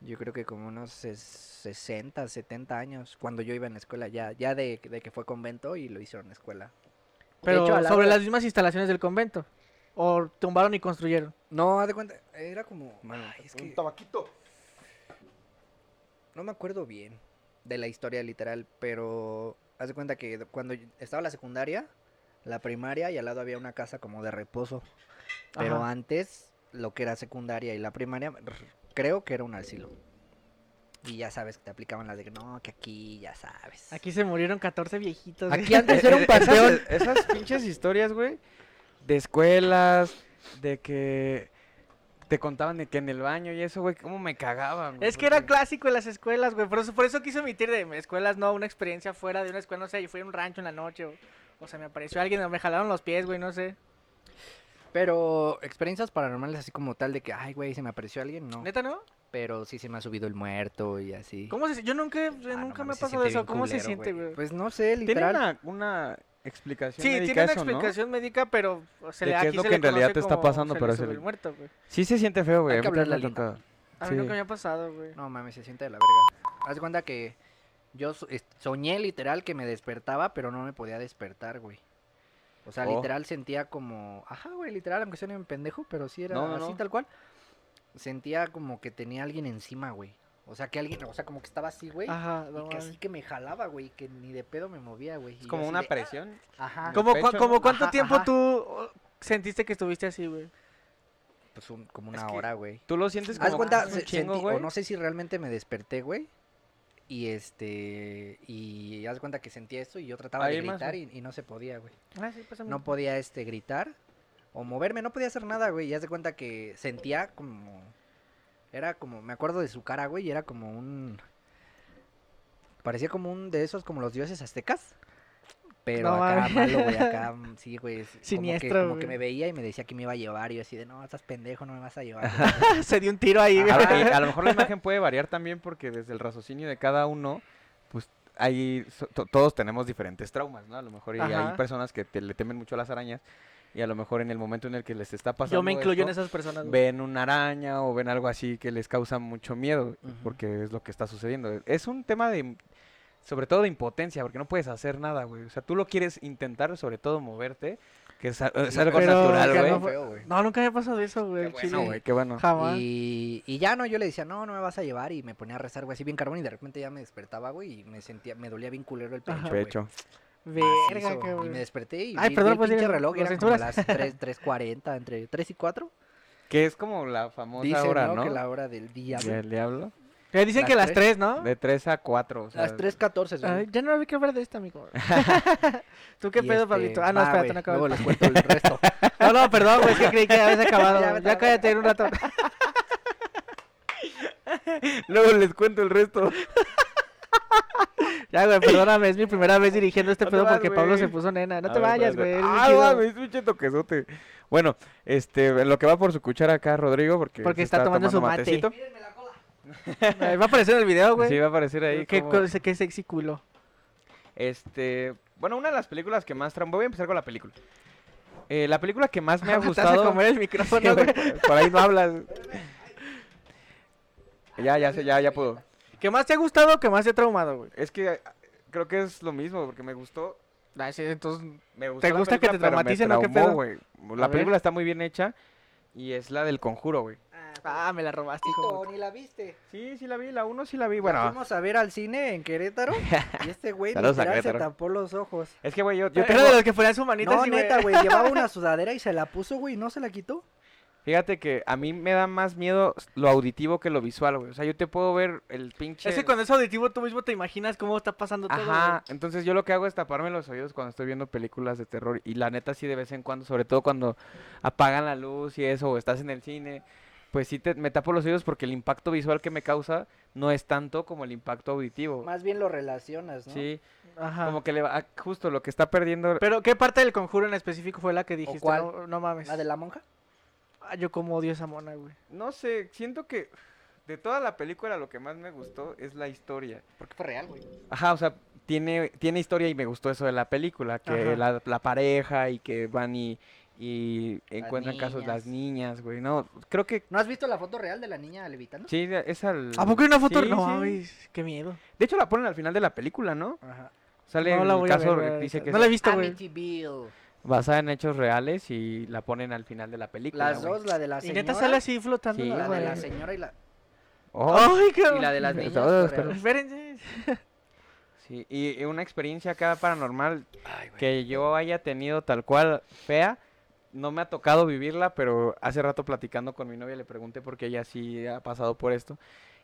Yo creo que como unos ses- 60, 70 años. Cuando yo iba en la escuela, ya ya de, de que fue convento y lo hicieron escuela. de
Pero
hecho, al lado
sobre
de-
las mismas instalaciones del convento. O tumbaron y construyeron.
No, haz de cuenta, era como. ay, es que
tabaquito.
no me acuerdo bien de la historia literal, pero haz de cuenta que cuando yo- estaba la secundaria, la primaria y al lado había una casa como de reposo. Pero
Ajá.
antes, lo que era secundaria y la primaria, r- creo que era un asilo. Y ya sabes que te aplicaban las de que no, que aquí, ya sabes.
Aquí se murieron 14 viejitos. güey.
Aquí antes era un panteón.
Eh, Esas, esas pinches historias, güey, de escuelas, de que te contaban de que en el baño y eso, güey, cómo me cagaban. güey,
Es que era
porque-
clásico en las escuelas, güey. Por eso, por eso quise omitir de escuelas, no, una experiencia fuera de una escuela, no sé, yo fui a un rancho en la noche o, o se me apareció alguien o me jalaron los pies, güey, no sé.
Pero experiencias paranormales así como tal de que, ay, güey, se me apareció alguien, no.
¿Neta no?
Pero sí se me ha subido el muerto y así.
¿Cómo se Yo nunca, yo
Ah, no
nunca me
mames,
ha
se
pasado
siente
eso.
bien
¿Cómo se
culero,
siente, güey?
Pues no sé,
Tiene
literal.
una, una explicación
Sí,
médica
tiene una
eso, ¿no?
explicación médica, pero o sea,
¿De
aquí
qué es lo
se
que
le
en realidad
conoce
te está
como
pasando,
se le
pero
sube
se-
el muerto, güey.
Sí se siente feo, güey.
Hay
a
que
mí también
hablarle
me
al
ha tocado.
A mí nunca
Sí.
me ha pasado, güey.
No mames, se siente de la verga. Haz de cuenta que yo so- est- soñé literal que me despertaba, pero no me podía despertar, güey. O sea,
Oh.
literal sentía como. Ajá, güey, literal, aunque suene un pendejo, pero sí era
No, no,
así
no.
tal cual. Sentía como que tenía alguien encima, güey. O sea, que alguien, o sea, como que estaba así, güey.
Ajá, Ah, no
y que así
mames.
que me jalaba, güey, que ni de pedo me movía, güey. y
Es
yo
como
así
una
de,
presión.
Ajá.
Como-
¿Cómo,
el
cua-
pecho,
cómo
¿no?
cuánto
Ajá,
tiempo
ajá.
tú oh, sentiste que estuviste así, güey?
Pues un- como una
que-
hora, güey.
Tú lo sientes como "Ah,
Haz cuenta,
un
se-
chingo,
sentí- o
güey.
no sé si realmente me desperté, güey. Y este, y haz cuenta que sentía esto y yo trataba de
Ahí más,
gritar y, y no se podía, güey. No podía, este, gritar o moverme, no podía hacer nada, güey. Y haz de cuenta que sentía como, era como, me acuerdo de su cara, güey, y era como un, parecía como un de esos, como los dioses aztecas. Pero
No
acá
mames.
malo, güey,
[laughs]
acá, mm, sí, güey. es como que-
Siniestro,
Como que me
güey.
veía y me decía que me iba a llevar y yo así de, no, estás pendejo, no me vas a
[laughs]
llevar.
se dio un tiro ahí, güey.
Ahora, y [laughs]
[laughs]
a lo mejor la imagen puede variar también porque desde el raciocinio de cada uno, pues ahí so- to- todos tenemos diferentes traumas, ¿no? A lo mejor y hay
Ajá.
personas que te- le temen mucho a las arañas y a lo mejor en el momento en el que les está pasando
Yo me incluyo en
esto,
esas personas, güey.
ven una araña o ven algo así que les causa mucho miedo
Ujú.
porque es lo que está sucediendo. Es un tema de sobre todo de impotencia porque no puedes hacer nada, güey. O sea, tú lo quieres intentar sobre todo moverte, Que es, a- es algo
pero
natural,
que
güey.
no
Qué
fue- No, nunca había pasado eso, güey. al
Bueno,
chile.
güey, qué bueno.
Jamás.
Y, y ya no, yo le decía, no, no me vas a llevar. Y me ponía a rezar, güey, así bien carbón. Y de repente ya me despertaba, güey, y me sentía, me dolía bien culero el pecho.
Ajá.
güey.
Pecho.
Así
Verga,
hizo, Y
cabrón.
me desperté y
Ay,
vi- vi
perdón,
el
pues,
pinche
diga,
reloj y
¿lo
eran como
censuras?
las 3, 3.40, entre 3 y 4.
Que es como la famosa
Dicen,
hora,
¿no?
¿no?
Que la hora del día. güey.
Del diablo.
Eh, dicen
las
que las
tres.
tres, ¿no?
De 3 a 4. O sea,
Las 3.14, güey.
Ay, ya no había que hablar de esta, amigo. ¿Tú qué
Y,
pedo,
este,
Pablito? Ah, no,
va,
espérate,
güey,
no acabo.
Luego les cuento el
[laughs]
resto.
No, no, perdón, güey, es que creí que habías acabado.
Ya,
ya,
vete a la
cállate en un rato.
Luego les cuento el resto.
Ya, güey, perdóname, es mi primera vez dirigiendo este
No te
pedo
vas,
porque Pablo
güey.
se puso nena. No
A
te
ver,
vayas,
espérate.
güey. eres bien
Ah,
chido.
mames, pinche toquezote. Bueno, este, lo que va por su cuchara acá, Rodrigo, porque,
Porque
se
está tomando su mate.
matecito.
Ay, Va a aparecer en el video, güey.
Sí, va a aparecer ahí.
qué,
como-
cosa- qué sexy culo.
Este, bueno, una de las películas que más trauma. Voy a empezar con la película. Eh, la película que más me ha
[laughs] Te vas a
gustado. [laughs]
comer el micrófono, güey.
por, por ahí no hablas. ya, ya sé, ya, ya puedo.
¿Qué más te ha gustado o qué más te ha traumado, güey?
Es que eh, creo que es lo mismo, porque me gustó.
Ah, sí, entonces,
Me gustó
¿Te
la
gusta que
película, pero
te
me
traumaticen o qué
traumó,
pedo?
güey.
A
La
ver.
película está muy bien hecha y es la del conjuro, güey.
ah, me la robaste, hijo.
Oh, ni la viste.
Sí, sí la vi, la uno sí la vi.
Bueno.
Bueno,
Fuimos a ver al cine en Querétaro y este güey
Saludos a
literal se
Querétaro.
tapó los ojos.
es que, güey, yo, yo
Yo
tengo...
era de los que ponían su manita
No,
así, güey.
neta, güey, llevaba
[laughs]
una sudadera y se la puso, güey, y no se la quitó.
Fíjate que a mí me da más miedo lo auditivo que lo visual, güey. O sea, yo te puedo ver el pinche...
Es que cuando es auditivo tú mismo te imaginas cómo está pasando todo.
Ajá, entonces yo lo que hago es taparme los oídos cuando estoy viendo películas de terror y la neta sí de vez en cuando, sobre todo cuando apagan la luz y eso, o estás en el cine, pues sí te, me tapo los oídos porque el impacto visual que me causa no es tanto como el impacto auditivo.
Más bien lo relacionas, ¿no?
Sí,
güey. Ajá.
como que le va, ah, justo lo que está perdiendo.
Pero ¿qué parte del conjuro en específico fue la que dijiste?
cuál?
No, no mames.
¿La de la monja?
Ah, yo como odio esa mona, güey.
No sé, siento que de toda la película lo que más me gustó es la historia.
Porque fue real, güey.
Ajá, o sea, tiene, tiene historia y me gustó eso de la película,
Ajá.
que la, la pareja y que van y, y encuentran casos las niñas, güey, no, creo que
¿No has visto la foto real de la niña levitando?
sí, de- es al...
¿A poco hay una foto?
Sí,
no,
sí.
mames, qué miedo.
De hecho la ponen al final de la película, ¿no?
Ajá.
Sale
no la
el
voy
caso,
a ver. güey,
dice que
no la he
es
Ah,
visto, güey.
Amityville.
basada en hechos reales y la ponen al final de la película,
Las
güey.
dos, la de la
Y
señora.
neta sale así flotando.
Sí,
la
La de la
güey.
señora y la.
Oh,
Ay, qué...
Y la
[laughs]
de las
Pero
niñas.
todos,
fue real.
pero-
Espérense.
sí, y y una experiencia acá paranormal que yo haya tenido tal cual fea, no me ha tocado vivirla, pero hace rato platicando con mi novia le pregunté porque ella sí ha pasado por esto.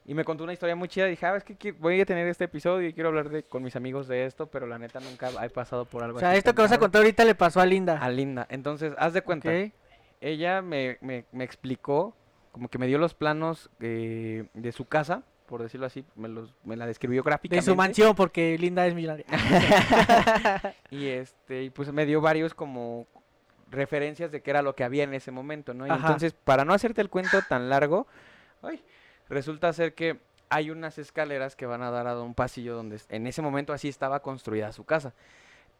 Y me contó una historia muy chida. Dije, ah, es que qui- voy a tener este episodio y quiero hablar de, con mis amigos de esto, pero la neta nunca he pasado por algo
O sea,
así
esto
tan
que vas a
raro".
contar ahorita le pasó a Linda.
A Linda. Entonces, haz de cuenta.
Ok.
Ella me, me- me explicó, como que me dio los planos eh, de su casa, por decirlo así, me, los, me la describió
De
gráficamente.
su mansión, porque Linda
[laughs]
es millonaria.
Ah, Y este, y pues me dio varios como referencias de qué era lo que había en ese momento, ¿no? Y
Ajá.
entonces, para no hacerte el cuento tan largo, ay, resulta ser que hay unas escaleras que van a dar a un pasillo donde es- en ese momento así estaba construida su casa.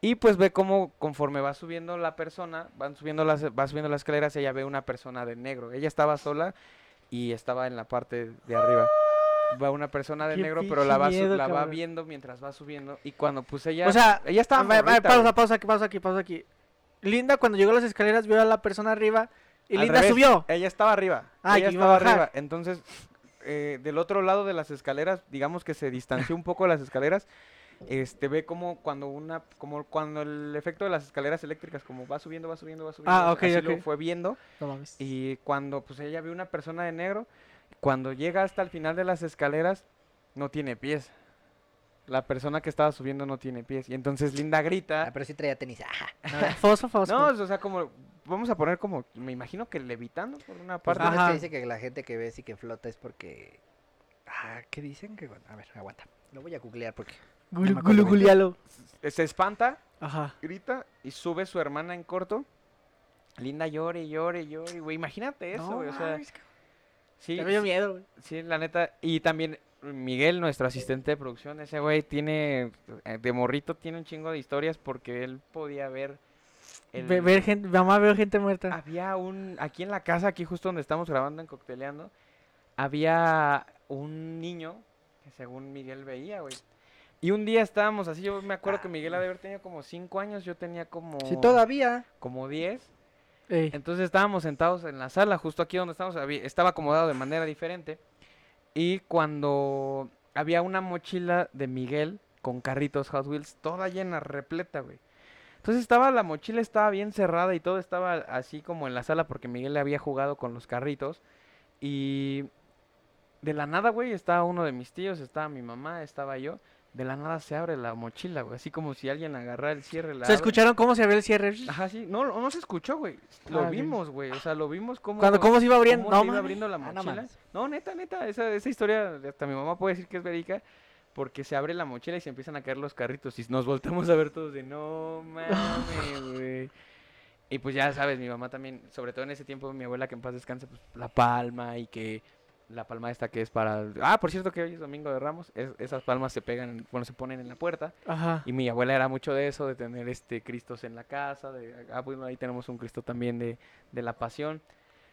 Y pues ve cómo conforme va subiendo la persona, van subiendo las, va subiendo las escaleras, ella ve una persona de negro. Ella estaba sola y estaba en la parte de arriba. Va una persona de
Qué
negro, pero la
pinche
va, su-
miedo,
la va
cabrón.
viendo mientras va subiendo. Y cuando pues ella...
O sea,
ella estaba...
A ver, a ver,
morrita, güey.
Ah, pausa, pausa aquí, pausa aquí, pausa aquí. Linda cuando llegó a las escaleras vio a la persona arriba y
Al
Linda
revés,
subió.
Ella estaba arriba.
Ah,
ella
que iba a
estaba
bajar.
arriba. Entonces, eh, del otro lado de las escaleras, digamos que se distanció un poco de las escaleras. Este ve como cuando una, como cuando el efecto de las escaleras eléctricas, como va subiendo, va subiendo, va subiendo.
Ah, ok,
así
ok.
lo fue viendo.
No mames.
Y cuando pues ella vio una persona de negro, cuando llega hasta el final de las escaleras, no tiene pies. La persona que estaba subiendo no tiene pies. Y entonces Linda grita.
Ah, pero sí traía tenis. Ajá.
Fosfo, fosfo.
No, o sea, como vamos a poner como, me imagino que levitando por una
Pues
parte.
no ves
Ajá.
que dice que la gente que ves y que flota es porque. Ah, ¿qué dicen? Que... A ver, aguanta. Lo voy a googlear porque.
Gulu,
me acuerdo
gulu,
bien.
gulialo.
se- se espanta,
Ajá.
grita y sube su hermana en corto. Linda llore, y llore, y llore, güey. Imagínate eso,
No
güey. O sea,
mames, cabrón.
sí,
Ya me dio miedo, güey.
sí, la neta. Y también Miguel, nuestro asistente de producción, ese güey tiene, eh, de morrito, tiene un chingo de historias porque él podía ver. el- Ah,
Ve- ver gente, mamá veo gente muerta.
Había un, aquí en la casa, aquí justo donde estamos grabando en Cocteleando, había un niño que según Miguel veía, güey. Y un día estábamos así, yo me acuerdo que Miguel ha de haber tenido como 5 años, yo tenía como...
Sí, todavía.
Como 10.
Ey,
Entonces estábamos sentados en la sala, justo aquí donde estamos, había- estaba acomodado de manera diferente. Y cuando había una mochila de Miguel con carritos Hot Wheels, toda llena, repleta, güey. Entonces estaba la mochila, estaba bien cerrada y todo estaba así como en la sala porque Miguel le había jugado con los carritos. Y de la nada, güey, estaba uno de mis tíos, estaba mi mamá, estaba yo. De la nada se abre la mochila, güey. Así como si alguien agarrara el cierre. La
¿Se
abre.
escucharon cómo se abrió el cierre?
Ajá, sí. No, no se escuchó, güey. Lo
Ah, ok.
vimos, güey. O sea, lo vimos como...
Cuando cómo se iba abriendo. No,
iba
mames.
abriendo la
Ah, no
mochila.
mames.
no, neta, neta. Esa, esa historia, hasta mi mamá puede decir que es verídica. Porque se abre la mochila y se empiezan a caer los carritos. Y nos volteamos a ver todos de... No
[laughs]
mames, güey. Y pues ya sabes, mi mamá también, sobre todo en ese tiempo, mi abuela que en paz descanse, pues la palma y que la palma esta que es para... Ah, por cierto que hoy es Domingo de Ramos, es- esas palmas se pegan, bueno, se ponen en la puerta.
Ajá.
Y pues, mi abuela era mucho de eso, de tener este Cristos en la casa, de ah, bueno, ahí tenemos un Cristo también de, de la pasión.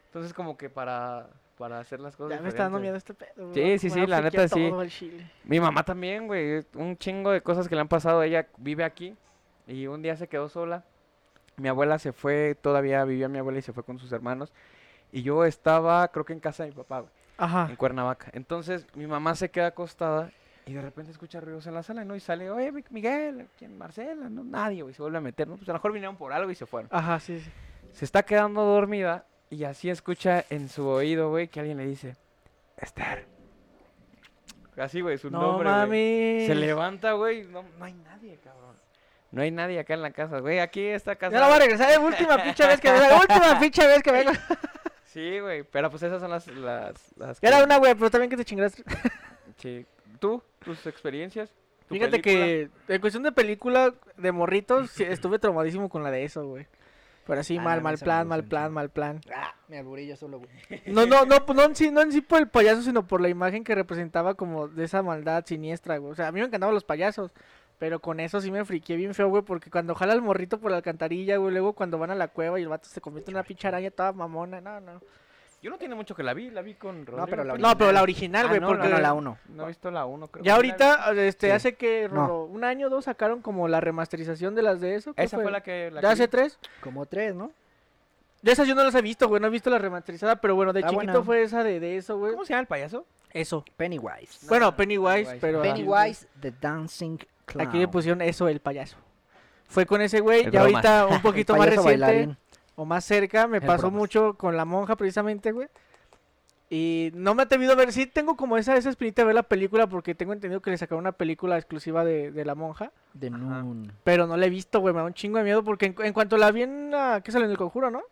Entonces como que para, para hacer las cosas.
Ya me está dando miedo
diferentes.
este pedo.
Sí,
güey.
sí,
Me
sí,
voy a
la
obsequiar
neta, sí.
todo el chile.
Mi mamá también, güey, un chingo de cosas que le han pasado. Ella vive aquí y un día se quedó sola. Mi abuela se fue, todavía vivía mi abuela y se fue con sus hermanos. Y yo estaba, creo que en casa de mi papá, güey
Ajá.
en Cuernavaca. Entonces mi mamá se queda acostada y de repente escucha ruidos en la sala, ¿no? Y sale, oye, Mi- Miguel, ¿quién? Marcela, ¿no? Nadie, güey, se vuelve a meter, ¿no? Pues a lo mejor vinieron por algo y se fueron.
Ajá, sí, sí.
Se está quedando dormida y así escucha en su oído, güey, que alguien le dice, Esther. Así, güey, su
No
nombre. güey.
mames.
Se levanta, güey, no, no hay nadie, cabrón. No hay nadie acá en la casa, güey, aquí esta casa.
Ya la voy a regresar, eh, última pinche vez que vengo,
[laughs]
última pinche vez que vengo.
Sí, güey, pero pues esas son las... las, las que-
Era una, güey, pero también que te chingaste.
Sí. ¿Tú? ¿Tus experiencias? ¿Tu
Fíjate
película?
que en cuestión de película de morritos sí, estuve traumadísimo con la de eso, güey. Pero así
Ah,
mal,
no,
mal
esa me
plan,
gustó
mal
un
plan,
chingo.
mal plan.
Ah, me alburé yo solo, güey.
No, no, no, pues, no en sí, no en sí por el payaso, sino por la imagen que representaba como de esa maldad siniestra, güey. O sea, a mí me encantaban los payasos, pero con eso sí me friqué bien feo, güey, porque cuando jala el morrito por la alcantarilla, güey, luego cuando van a la cueva y el vato se convierte en una pinche araña toda mamona, no, no.
Yo no tiene mucho que la vi, la vi con Rodrigo.
pero la
Prieto.
No, pero la original,
Ah,
güey,
no,
porque
No, no, la uno.
No he visto la 1, creo.
Ya
que sí la vi.
ahorita, este,
Sí.
hace que
No.
Rorro, un año o dos sacaron como la remasterización de las de eso. ¿cuál
Esa fue la que... La
¿Ya
que
hace
vi.
tres?
Como tres, ¿no?
De esas yo no las he visto, güey. No he visto la remasterizada, pero bueno, de
Está
chiquito
buena.
fue esa de, de eso, güey.
Ah, ¿Cómo se llama el payaso?
Eso.
Pennywise.
bueno, Pennywise,
Pennywise.
pero. ajá.
Pennywise, The Dancing Clown.
Aquí le pusieron eso, el payaso. Fue con ese güey,
El
ya
broma.
ahorita
[laughs]
un
El
poquito más
payaso
reciente
bailarín.
o más cerca, me
El
pasó
bromas.
mucho con la monja precisamente, güey. Y no me he atrevido a ver, sí tengo como esa, esa espinita de ver la película porque tengo entendido que le sacaron una película exclusiva de, de la monja,
De
Ajá.
Noon.
pero no la he visto, güey, me da un chingo de miedo porque en, en cuanto la vi en la, ¿qué sale en el conjuro, no?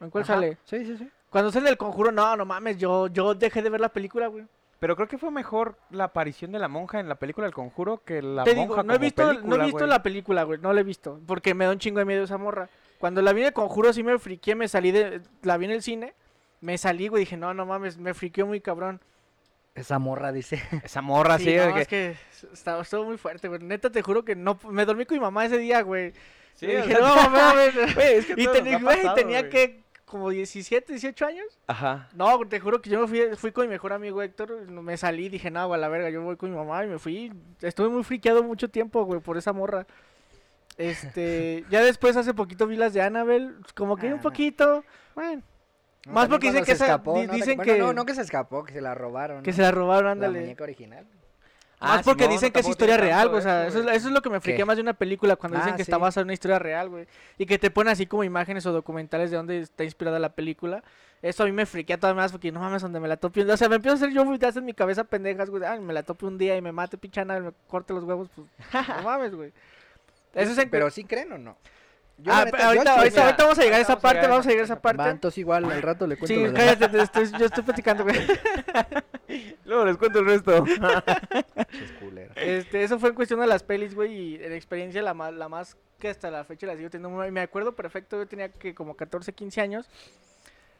¿En cuál
Ajá.
sale?
Sí, sí, sí.
Cuando sale el conjuro, no, no mames, yo, yo dejé de ver la película, güey.
Pero creo que fue mejor la aparición de la monja en la película El Conjuro que la
Te
monja
digo, no
como
he visto, no
película,
he visto
güey.
la película, güey, no la he visto, porque me da un chingo de miedo esa morra. Cuando la vi de conjuro sí me friqué, me salí de, la vi en el cine, me salí, güey, dije, no, no mames, me friqueó muy cabrón.
Esa morra dice.
Esa morra, Ah, sí,
Sí, no,
de que-
es que estaba, estuvo muy fuerte, güey, neta, te juro que no, me dormí con mi mamá ese día, güey.
Sí, o
Le dije,
sea, [laughs]
no, mamá, güey.
güey, [laughs] es que
Y
todo nos
tenía,
ha
güey,
pasado,
tenía
güey.
que, como 17, 18 años.
Ajá.
No, te juro que yo me fui, fui con mi mejor amigo Héctor, no- me salí, dije, no, güey, a la verga, yo voy con mi mamá y me fui. Estuve muy friqueado mucho tiempo, güey, por esa morra. Este, ya después hace poquito vi las de Annabel, como que
Ah,
un poquito, bueno, Más
también
porque dicen
cuando
que
se
esa-
escapó,
di-
¿no? De-
dicen
bueno,
que-
No, no que se escapó, que se la robaron.
que
¿no?
se la robaron,
La
ándale.
muñeca original.
Más
Ah,
porque
Simón,
dicen que es
tampoco
historia
tiene
real,
tanto
güey, o sea, eso,
eso,
es-
güey.
eso es lo que me friquea
¿Qué?
más de una película, cuando
Ah,
dicen que está
sí.
basada en una historia real, güey, y que te ponen así como imágenes o documentales de dónde está inspirada la película. Eso a mí me friquea todavía más porque no mames, donde me la tope un día. O sea, me empiezo a hacer yo ideas en mi cabeza pendejas, güey. Ay, me la tope un día y me mate, pinche Annabelle, me corte los huevos, pues no mames, güey. Eso es en...
Pero sí creen o no. Yo,
Ah,
la neta,
pero
yo
ahorita,
sí-
ahorita-
mira,
ahorita vamos a llegar a esa
ahorita vamos a
parte,
llegar a
vamos a
esa
llegar a esa
va,
parte.
entonces igual, al rato le cuento.
Sí,
lo demás.
cállate, te estoy- yo estoy platicando, güey.
Luego les cuento el resto.
Pinches culeros.
Este, eso fue en cuestión de las pelis, güey, y la experiencia la más, la más que hasta la fecha la sigo teniendo. muy- Me acuerdo perfecto, yo tenía que como 14, 15 años.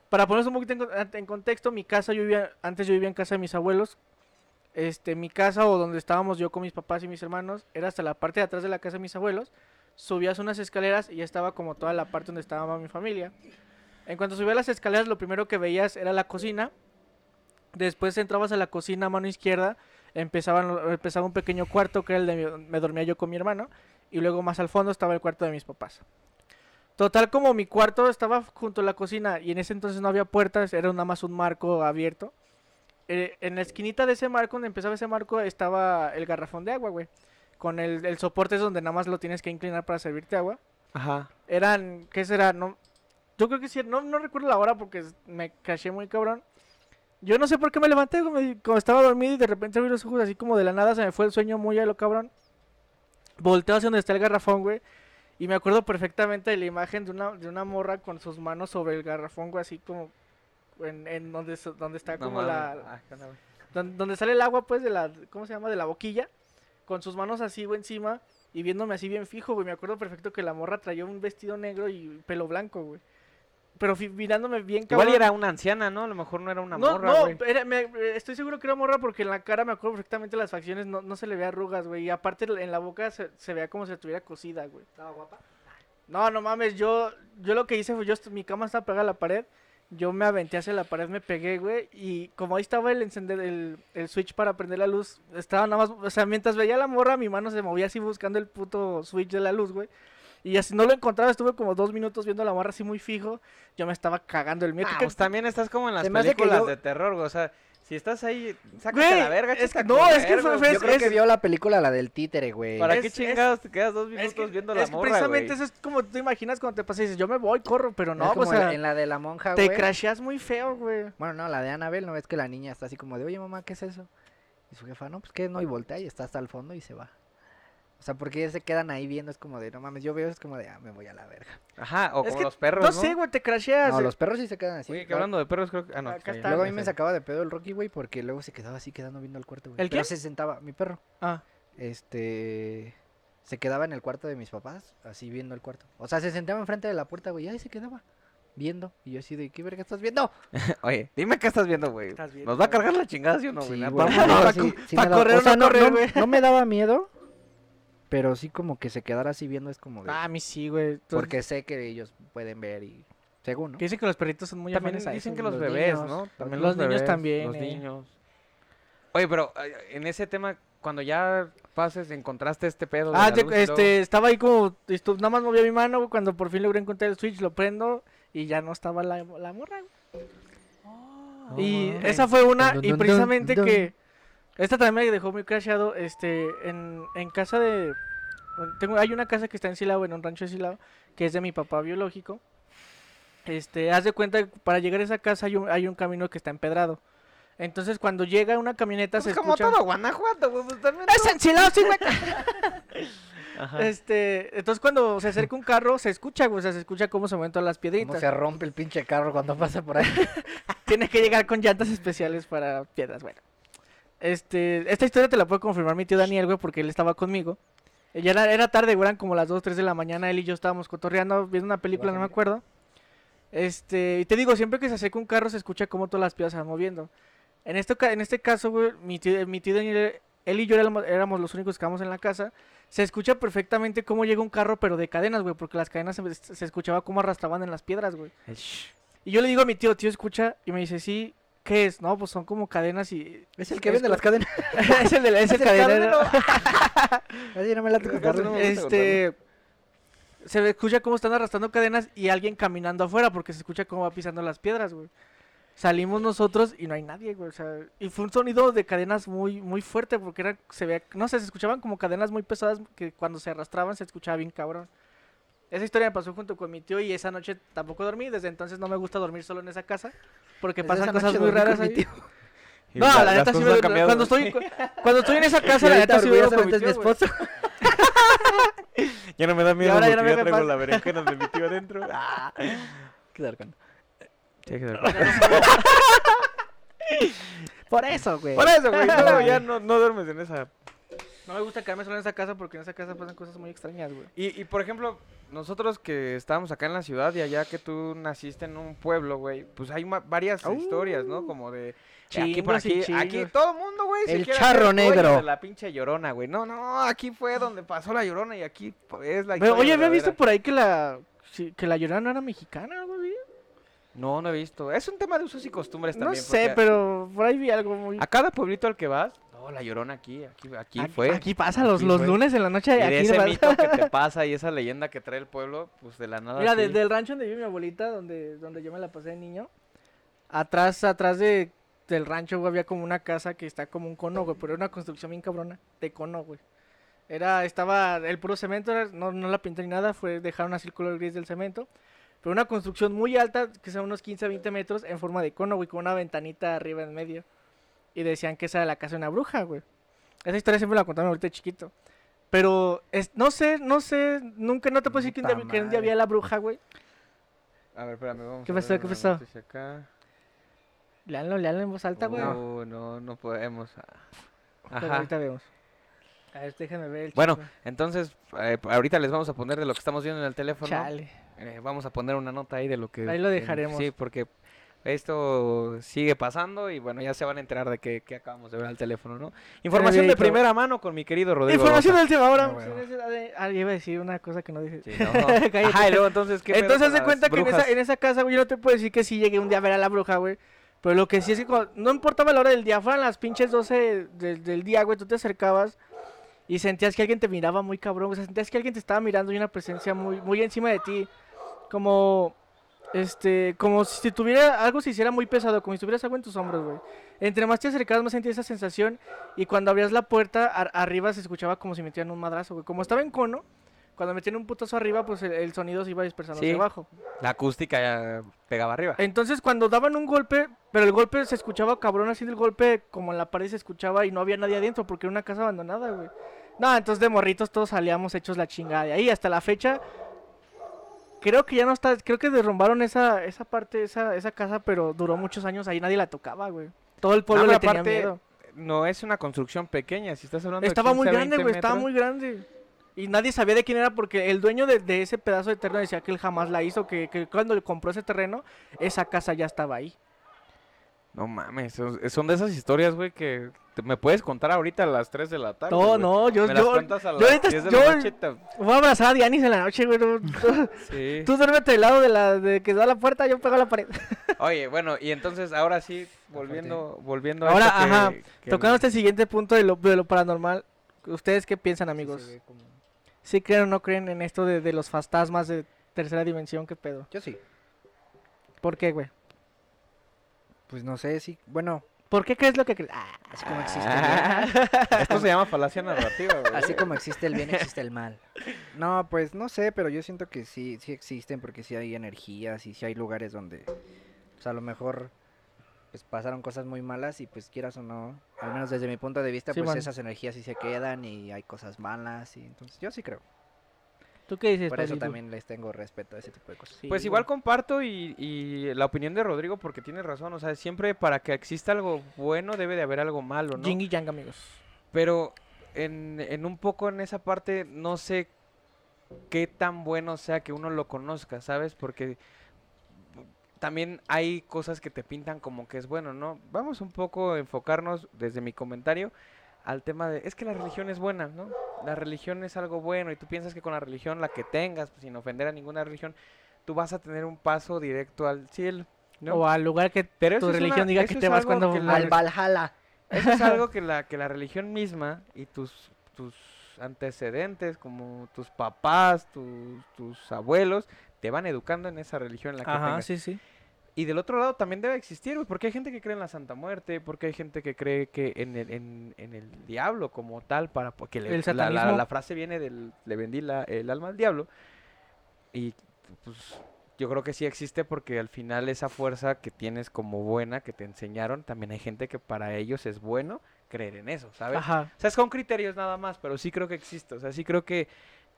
Para ponerse un poquito en, con- en contexto, mi casa, yo vivía, antes yo vivía en casa de mis abuelos. Este, mi casa o donde estábamos yo con mis papás y mis hermanos, era hasta la parte de atrás de la casa de mis abuelos. Subías unas escaleras y ya estaba como toda la parte donde estaba mi familia. En cuanto subía las escaleras, lo primero que veías era la cocina. Después entrabas a la cocina a mano izquierda empezaban, empezaba un pequeño cuarto que era el de mi- donde me dormía yo con mi hermano y luego más al fondo estaba el cuarto de mis papás. Total como mi cuarto estaba junto a la cocina y en ese entonces no había puertas, era nada más un marco abierto. eh, en la esquinita de ese marco, donde empezaba ese marco, estaba el garrafón de agua, güey. Con el, el soporte es donde nada más lo tienes que inclinar para servirte agua.
Ajá.
Eran, ¿qué será? No, yo creo que sí, no, no recuerdo la hora porque s- me caché muy cabrón. Yo no sé por qué me levanté, como como estaba dormido y de repente abrí los ojos así como de la nada, se me fue el sueño muy a lo cabrón. Volteo hacia donde está el garrafón, güey. Y me acuerdo perfectamente de la imagen de una, de una morra con sus manos sobre el garrafón, güey, así como en, en donde, s- donde está
No
como la,
mames. Ah, ¿qué onda, güey?
don- donde sale el agua, pues, de la, ¿cómo se llama? De la boquilla, con sus manos así, güey, encima, y viéndome así bien fijo, güey. Me acuerdo perfecto que la morra traía un vestido negro y pelo blanco, güey. Pero fi- mirándome bien
Igual y
cabrón.
era una anciana, ¿no? A lo mejor no era una
no,
morra,
no,
güey.
era- me- estoy seguro que era morra porque en la cara me acuerdo perfectamente las facciones, no, no se le veía arrugas, güey. Y aparte en la boca se, se veía como si estuviera cocida, güey.
Estaba guapa.
No, no mames, yo, yo lo que hice fue, yo, est- mi cama estaba pegada a la pared, yo me aventé hacia la pared, me pegué, güey, y como ahí estaba el encender, el, el switch para prender la luz, estaba nada más, o sea, mientras veía a la morra, mi mano se movía así buscando el puto switch de la luz, güey. Y así no lo encontraba, estuve como dos minutos viendo a la morra así muy fijo, yo me estaba cagando el miedo.
Ah,
que-
pues también estás como en las
Se me hace que
películas
yo-
de terror, güey. O sea, si estás ahí, sácate
Güey,
la verga,
es que-
échate a
no, es que
correr,
fue-
güey.
fue-
Yo creo
es-
que vio la película, la del títere, güey.
¿Para
es-
qué
es-
chingados te quedas dos minutos
es que-
viendo
es
la
que
morra, güey?
precisamente eso es como tú imaginas cuando te pasa y dices, yo me voy, corro, pero
No,
no, pues,
es como
o sea,
en la de la monja,
te
güey.
crasheas muy feo, güey.
Bueno, no, la de Anabel, no ves que la niña está así como de, oye mamá, ¿qué es eso? Y su jefa, no, pues que no, y voltea y está hasta el fondo y se va. O sea, porque ellos se quedan ahí viendo, es como de, no mames, yo veo, es como de, ah, me voy a la verga.
Ajá, o
Es
como
que
los perros,
no,
¿no?
sé, güey, te crasheas.
No,
eh.
los perros sí se quedan así.
Oye, que
Luego-
hablando de perros, creo que... Ah, no.
Acá
está bien,
está.
Luego a
ya
mí me
sé.
sacaba de pedo el Rocky, güey, porque luego se quedaba así quedando viendo al cuarto, güey.
¿El
Pero
quién?
se sentaba, mi perro.
Ah.
Este. Se quedaba en el cuarto de mis papás, así viendo el cuarto. O sea, se sentaba enfrente de la puerta, güey, y ahí se quedaba. Viendo. Y yo así de, ¿qué verga estás viendo?
Oye, dime qué estás viendo, güey.
Estás viendo,
¿Nos va a
güey.
cargar la chingada, sí o no, güey?
Sí,
Ah,
güey,
vamos,
sí,
no, va a
sí,
cu-
sí
pa'
me da-
correr o no correr, güey.
no me daba miedo, pero sí como que se quedara así viendo es como de...
Ah, a mí sí, güey. Entonces,
porque sé que ellos pueden ver y... Según, ¿no?
Que dicen que los perritos son muy
También
afanes a
dicen
eso,
que
güey,
los, bebés,
niños.
¿no? También
los niños
bebés,
también,
Los
eh.
niños. Oye, pero eh, en ese tema, cuando ya pases, encontraste este pedo. de
Ah,
la
te-
luz y
este, estaba ahí como, estu- nada más movía mi mano, güey, cuando por fin logré encontrar el switch, lo prendo y ya no estaba la, la morra, güey.
luego- Ah. No
y
mames.
esa fue una,
Dun,
y
dun, dun,
precisamente
dun.
que, esta también me dejó muy crasheado, este, en, en casa de, tengo, hay una casa que está en Silao, en un rancho de Silao, que es de mi papá biológico. Este, haz de cuenta, que para llegar a esa casa hay un, hay un camino que está empedrado. Entonces, cuando llega una camioneta,
Pues
se
como
escucha...
todo Guanajuato, güey. Pues también.
¡Es en Silao, sí, güey!
[laughs]
Ajá.
Este, entonces cuando se acerca un carro, se escucha, güey, o sea, se escucha cómo se mueven todas las
Cómo
piedritas.
se rompe el pinche carro cuando pasa
[laughs]
por ahí.
Tienes que llegar con llantas especiales para piedras, bueno. Este, esta historia te la puede confirmar mi tío Daniel, güey, porque él estaba conmigo. Eh, Ya era, era tarde, güey, eran como las 2, 3 de la mañana, él y yo estábamos cotorreando, viendo una película, no me acuerdo. Este, y te digo, siempre que se acerca un carro se escucha cómo todas las piedras se van moviendo. En este, ca- en este caso, güey, mi tío, mi tío Daniel, él y yo éramos, éramos los únicos que estábamos en la casa. Se escucha perfectamente cómo llega un carro, pero de cadenas, güey, porque las cadenas se, se escuchaba cómo arrastraban en las piedras, güey. Y yo le digo a mi tío, tío, escucha, y me dice, sí, ¿qué es? No, pues son como cadenas y...
Es el que vende las cadenas. [laughs]
[laughs] es el, de la- es
Es
el
el
cadenero.
Así no me late con
Déjate, no
carro.
me gusta
Este... Se ve- escucha cómo están arrastrando cadenas y alguien caminando afuera, porque se escucha cómo va pisando las piedras, güey. Salimos nosotros y no hay nadie, güey. O sea, y fue un sonido de cadenas muy, muy fuerte, porque era, se veía, no sé, se escuchaban como cadenas muy pesadas que cuando se arrastraban se escuchaba bien cabrón. Esa historia me pasó junto con mi tío y esa noche tampoco dormí. Desde entonces no me gusta dormir solo en esa casa, porque
Desde
pasan
esa
cosas
noche
muy
dormí con
raras
mi
ahí.
tío.
Y
No,
la-
la
las
neta sí
cosas
me
han
duele.
cambiado,
Cuando
güey.
estoy, cu- cuando estoy
[laughs]
en esa casa, la
Y ahorita
neta sí veo con mi
orgullosamente es mi
tío, güey.
esposo. [laughs]
Ya no me da miedo
ahora
porque
ya
ya,
no me
traigo
pasa.
la berenjena de mi tío adentro.
[laughs]
Ah.
Quedar con-
Por eso, güey.
[laughs] Por eso, güey. No,
[laughs]
ya no, no duermes en esa
No me gusta quedarme solo en esa casa porque en esa casa pasan cosas muy extrañas, güey.
Y, y, por ejemplo, nosotros que estábamos acá en la ciudad y allá que tú naciste en un pueblo, güey, pues hay ma- varias historias, ¿no? Como de, de aquí por
Chingos
aquí,
y
aquí
chingos.
todo el mundo, güey, se
El
quiere
charro
hacer dueño
negro.
de la pinche llorona, güey. No, no, aquí fue donde pasó la llorona y aquí pues, es la
Pero,
historia.
oye, había
verdadera.
visto por ahí que la sí, que la llorona no era mexicana, güey.
No, no he visto. Es un tema de usos y costumbres
No
Pues también.
sé,
porque
pero por ahí vi algo muy
A cada pueblito al que vas,
No,
oh, la llorona aquí, aquí, aquí
Aquí-
fue.
Aquí pasa los,
Aquí
los
fue.
lunes en la noche.
y de
aquí
ese
pasa.
mito que te pasa y esa leyenda que trae el pueblo, pues de la nada.
[laughs] Mira,
así.
desde el rancho donde vive mi abuelita, donde, donde yo me la pasé de niño, atrás, atrás de, del rancho, güey, había como una casa que está como un cono, güey, pero era una construcción bien cabrona, de cono, güey. Era, estaba, el puro cemento, era- no, no la pinté ni nada, fue, dejaron así el color gris del cemento, pero una construcción muy alta, que sea unos 15 a 20 metros, en forma de cono, güey, con una ventanita arriba en medio. Y decían que esa era la casa de una bruja, güey. Esa historia siempre la contaron ahorita de chiquito. Pero, es, no sé, no sé, nunca, no te puedo decir que un, día,
Puta
que un día
madre.
había la bruja, güey.
A ver, espérame, vamos
¿Qué
a
pasó?
ver
¿Qué
una
pasó?
noticia acá.
Leanlo, leanlo en voz alta, güey.
Uh, no, no podemos. Ah.
Pero
Ajá.
Ahorita vemos. A ver, déjame ver el
Bueno,
chisme.
entonces, eh, ahorita les vamos a poner de lo que estamos viendo en el teléfono.
Chale.
Eh, vamos a poner una nota ahí de lo que...
Ahí lo
en-
dejaremos.
sí, porque esto sigue pasando y bueno, ya se van a enterar de qué, qué acabamos de ver al teléfono, ¿no? Información de
videíto.
primera mano con mi querido Rodrigo.
Información
Rosa.
del tema ahora.
No, bueno.
muchas gracias, Ade- Ah, iba a decir una cosa que no dije.
Sí, no, no.
[laughs] Cállate.
Ajá, y luego entonces... ¿qué pedo
Entonces
con
se
las
cuenta que en
brujas?
esa, en esa casa, güey, yo no te puedo decir que sí llegué un día a ver a la bruja, güey. Pero lo que sí es que cuando- no importaba la hora del día, fueran las pinches 12 del, del día, güey, tú te acercabas y sentías que alguien te miraba muy cabrón, o sea, sentías que alguien te estaba mirando y una presencia muy, muy encima de ti, como, este, como si tuviera algo se hiciera muy pesado, como si tuvieras algo en tus hombros, güey. Entre más te acercabas, más sentías esa sensación y cuando abrías la puerta, ar- arriba se escuchaba como si metieran un madrazo, güey. Como estaba en cono, cuando metían un putazo arriba, pues el, el sonido se iba dispersando
Sí.
hacia abajo.
La acústica ya pegaba arriba.
Entonces cuando daban un golpe, pero el golpe se escuchaba cabrón haciendo el golpe como en la pared se escuchaba y no había nadie adentro porque era una casa abandonada, güey. No, entonces de morritos todos salíamos hechos la chingada de ahí hasta la fecha. Creo que ya no está, creo que derrumbaron esa, esa parte, esa, esa casa, pero duró muchos años ahí nadie la tocaba, güey. Todo el pueblo
No,
le
pero
tenía
aparte,
miedo.
No es una construcción pequeña, si estás hablando de
Estaba muy
15,
grande,
20
güey, estaba
metros.
muy grande. Y nadie sabía de quién era porque el dueño de, de ese pedazo de terreno decía que él jamás la hizo, que, que cuando le compró ese terreno, esa casa ya estaba ahí.
No mames, son son de esas historias, güey, que te- me puedes contar ahorita a las 3 de la tarde.
No,
güey.
no, yo,
Me las
yo
cuentas a
yo
las
ahorita-
10 de
yo-
la noche. te-
voy a abrazar a Dianis en la noche, güey. no. Tú,
Sí.
tú duérmete del lado de la de que da la puerta, yo pego la pared.
Oye, bueno, y entonces ahora sí, volviendo, volviendo a
Ahora,
esto que-
ajá,
que- [laughs]
Tocando este siguiente punto de lo, de lo paranormal, ¿ustedes qué piensan, amigos?
Sí se ve como-
¿Sí creen o no creen en esto de, de los fantasmas de tercera dimensión? ¿Qué pedo?
Yo sí.
¿Por qué, güey?
Pues no sé si. Bueno,
¿Por qué crees lo que crees? Ah,
así como existe. el bien-
Ah, Esto se llama falacia narrativa, güey.
Así como existe el bien, existe el mal. No, pues no sé, pero yo siento que sí, sí existen porque sí hay energías y sí hay lugares donde, pues a lo mejor, pues pasaron cosas muy malas y pues quieras o no, al menos desde mi punto de vista,
Sí,
pues
man.
esas energías sí se quedan y hay cosas malas y entonces yo sí creo.
¿tú qué dices?
Por eso
Pablito?
también les tengo respeto a ese tipo de cosas.
Sí,
Pues
güey.
igual comparto y, y la opinión de Rodrigo porque tiene razón, o sea, siempre para que exista algo bueno debe de haber algo malo, ¿no?
Yin y Yang, amigos.
Pero en, en un poco en esa parte no sé qué tan bueno sea que uno lo conozca, ¿sabes? Porque también hay cosas que te pintan como que es bueno, ¿no? Vamos un poco a enfocarnos desde mi comentario al tema de, es que la religión es buena, ¿no? La religión es algo bueno y tú piensas que con la religión, la que tengas, pues, sin ofender a ninguna religión, tú vas a tener un paso directo al cielo, ¿no?
O al lugar que
Pero eso
tu
es una-
religión diga que
eso
te
es
vas
algo
cuando
que la
al
re-
bar.
Valhalla.
Eso es algo que la, que la religión misma y tus, tus antecedentes, como tus papás, tus, tus abuelos, te van educando en esa religión en la que tengas.
sí, sí.
Y del otro lado también debe existir, güey, porque hay gente que cree en la Santa Muerte, porque hay gente que cree que en el, en, en el diablo como tal, para porque le-
El
la- la,
satanismo.
la frase viene del le vendí la- el alma al diablo. Y pues yo creo que sí existe porque al final esa fuerza que tienes como buena, que te enseñaron, también hay gente que para ellos es bueno creer en eso, ¿sabes?
Ajá.
O sea, es con criterios nada más, pero sí creo que existe. O sea, sí creo que,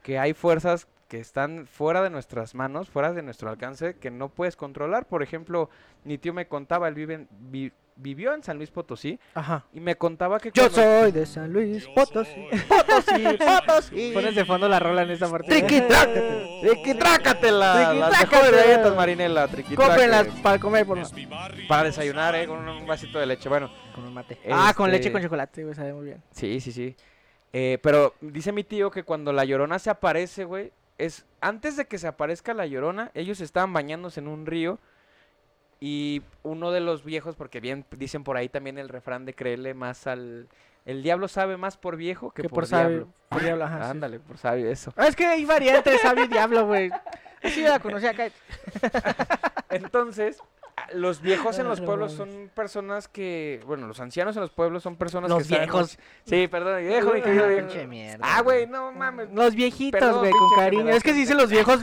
que hay fuerzas que están fuera de nuestras manos, fuera de nuestro alcance, que no puedes controlar. Por ejemplo, mi tío me contaba, él vive en- vi- vivió en San Luis Potosí
Ajá.
y me contaba que...
Yo
cuando-
soy de San Luis Potosí.
[laughs]
Potosí, Potosí.
Pones de fondo la rola en esta parte. ¿eh?
Triqui, trácate.
Triqui, trácatela,
Triqui,
las mejores
trácatela.
galletas, Marinela, triqui,
Cómprenlas
trácate.
para comer, por favor.
Para desayunar, eh, con un, un vasito de leche. Bueno,
Con un mate.
Ah, con leche y
este,
con chocolate, güey, sabe muy bien.
Sí, sí, sí. Eh, pero dice mi tío que cuando la llorona se aparece, güey, es antes de que se aparezca la llorona, ellos estaban bañándose en un río y uno de los viejos, porque bien dicen por ahí también el refrán de créele más al El diablo sabe más por viejo que,
Que
por,
por sabio-
diablo.
por diablo, ajá, sí,
Ándale, por sabio, eso.
Ah, Es que hay variante de sabio y diablo, güey. Así yo la conocí acá.
Entonces, a- los viejos en
Ah,
los
no
pueblos
mames.
son personas que, bueno, los ancianos en los pueblos son personas
Los
que saben
viejos.
mucho- Sí, perdón, viejo, mi querido viejo.
Ah, Pinche mierda.
Ah, güey, no mames.
Los viejitos,
Perdón,
güey, con
pinche
cariño.
generación.
Es que se dicen los [laughs] viejos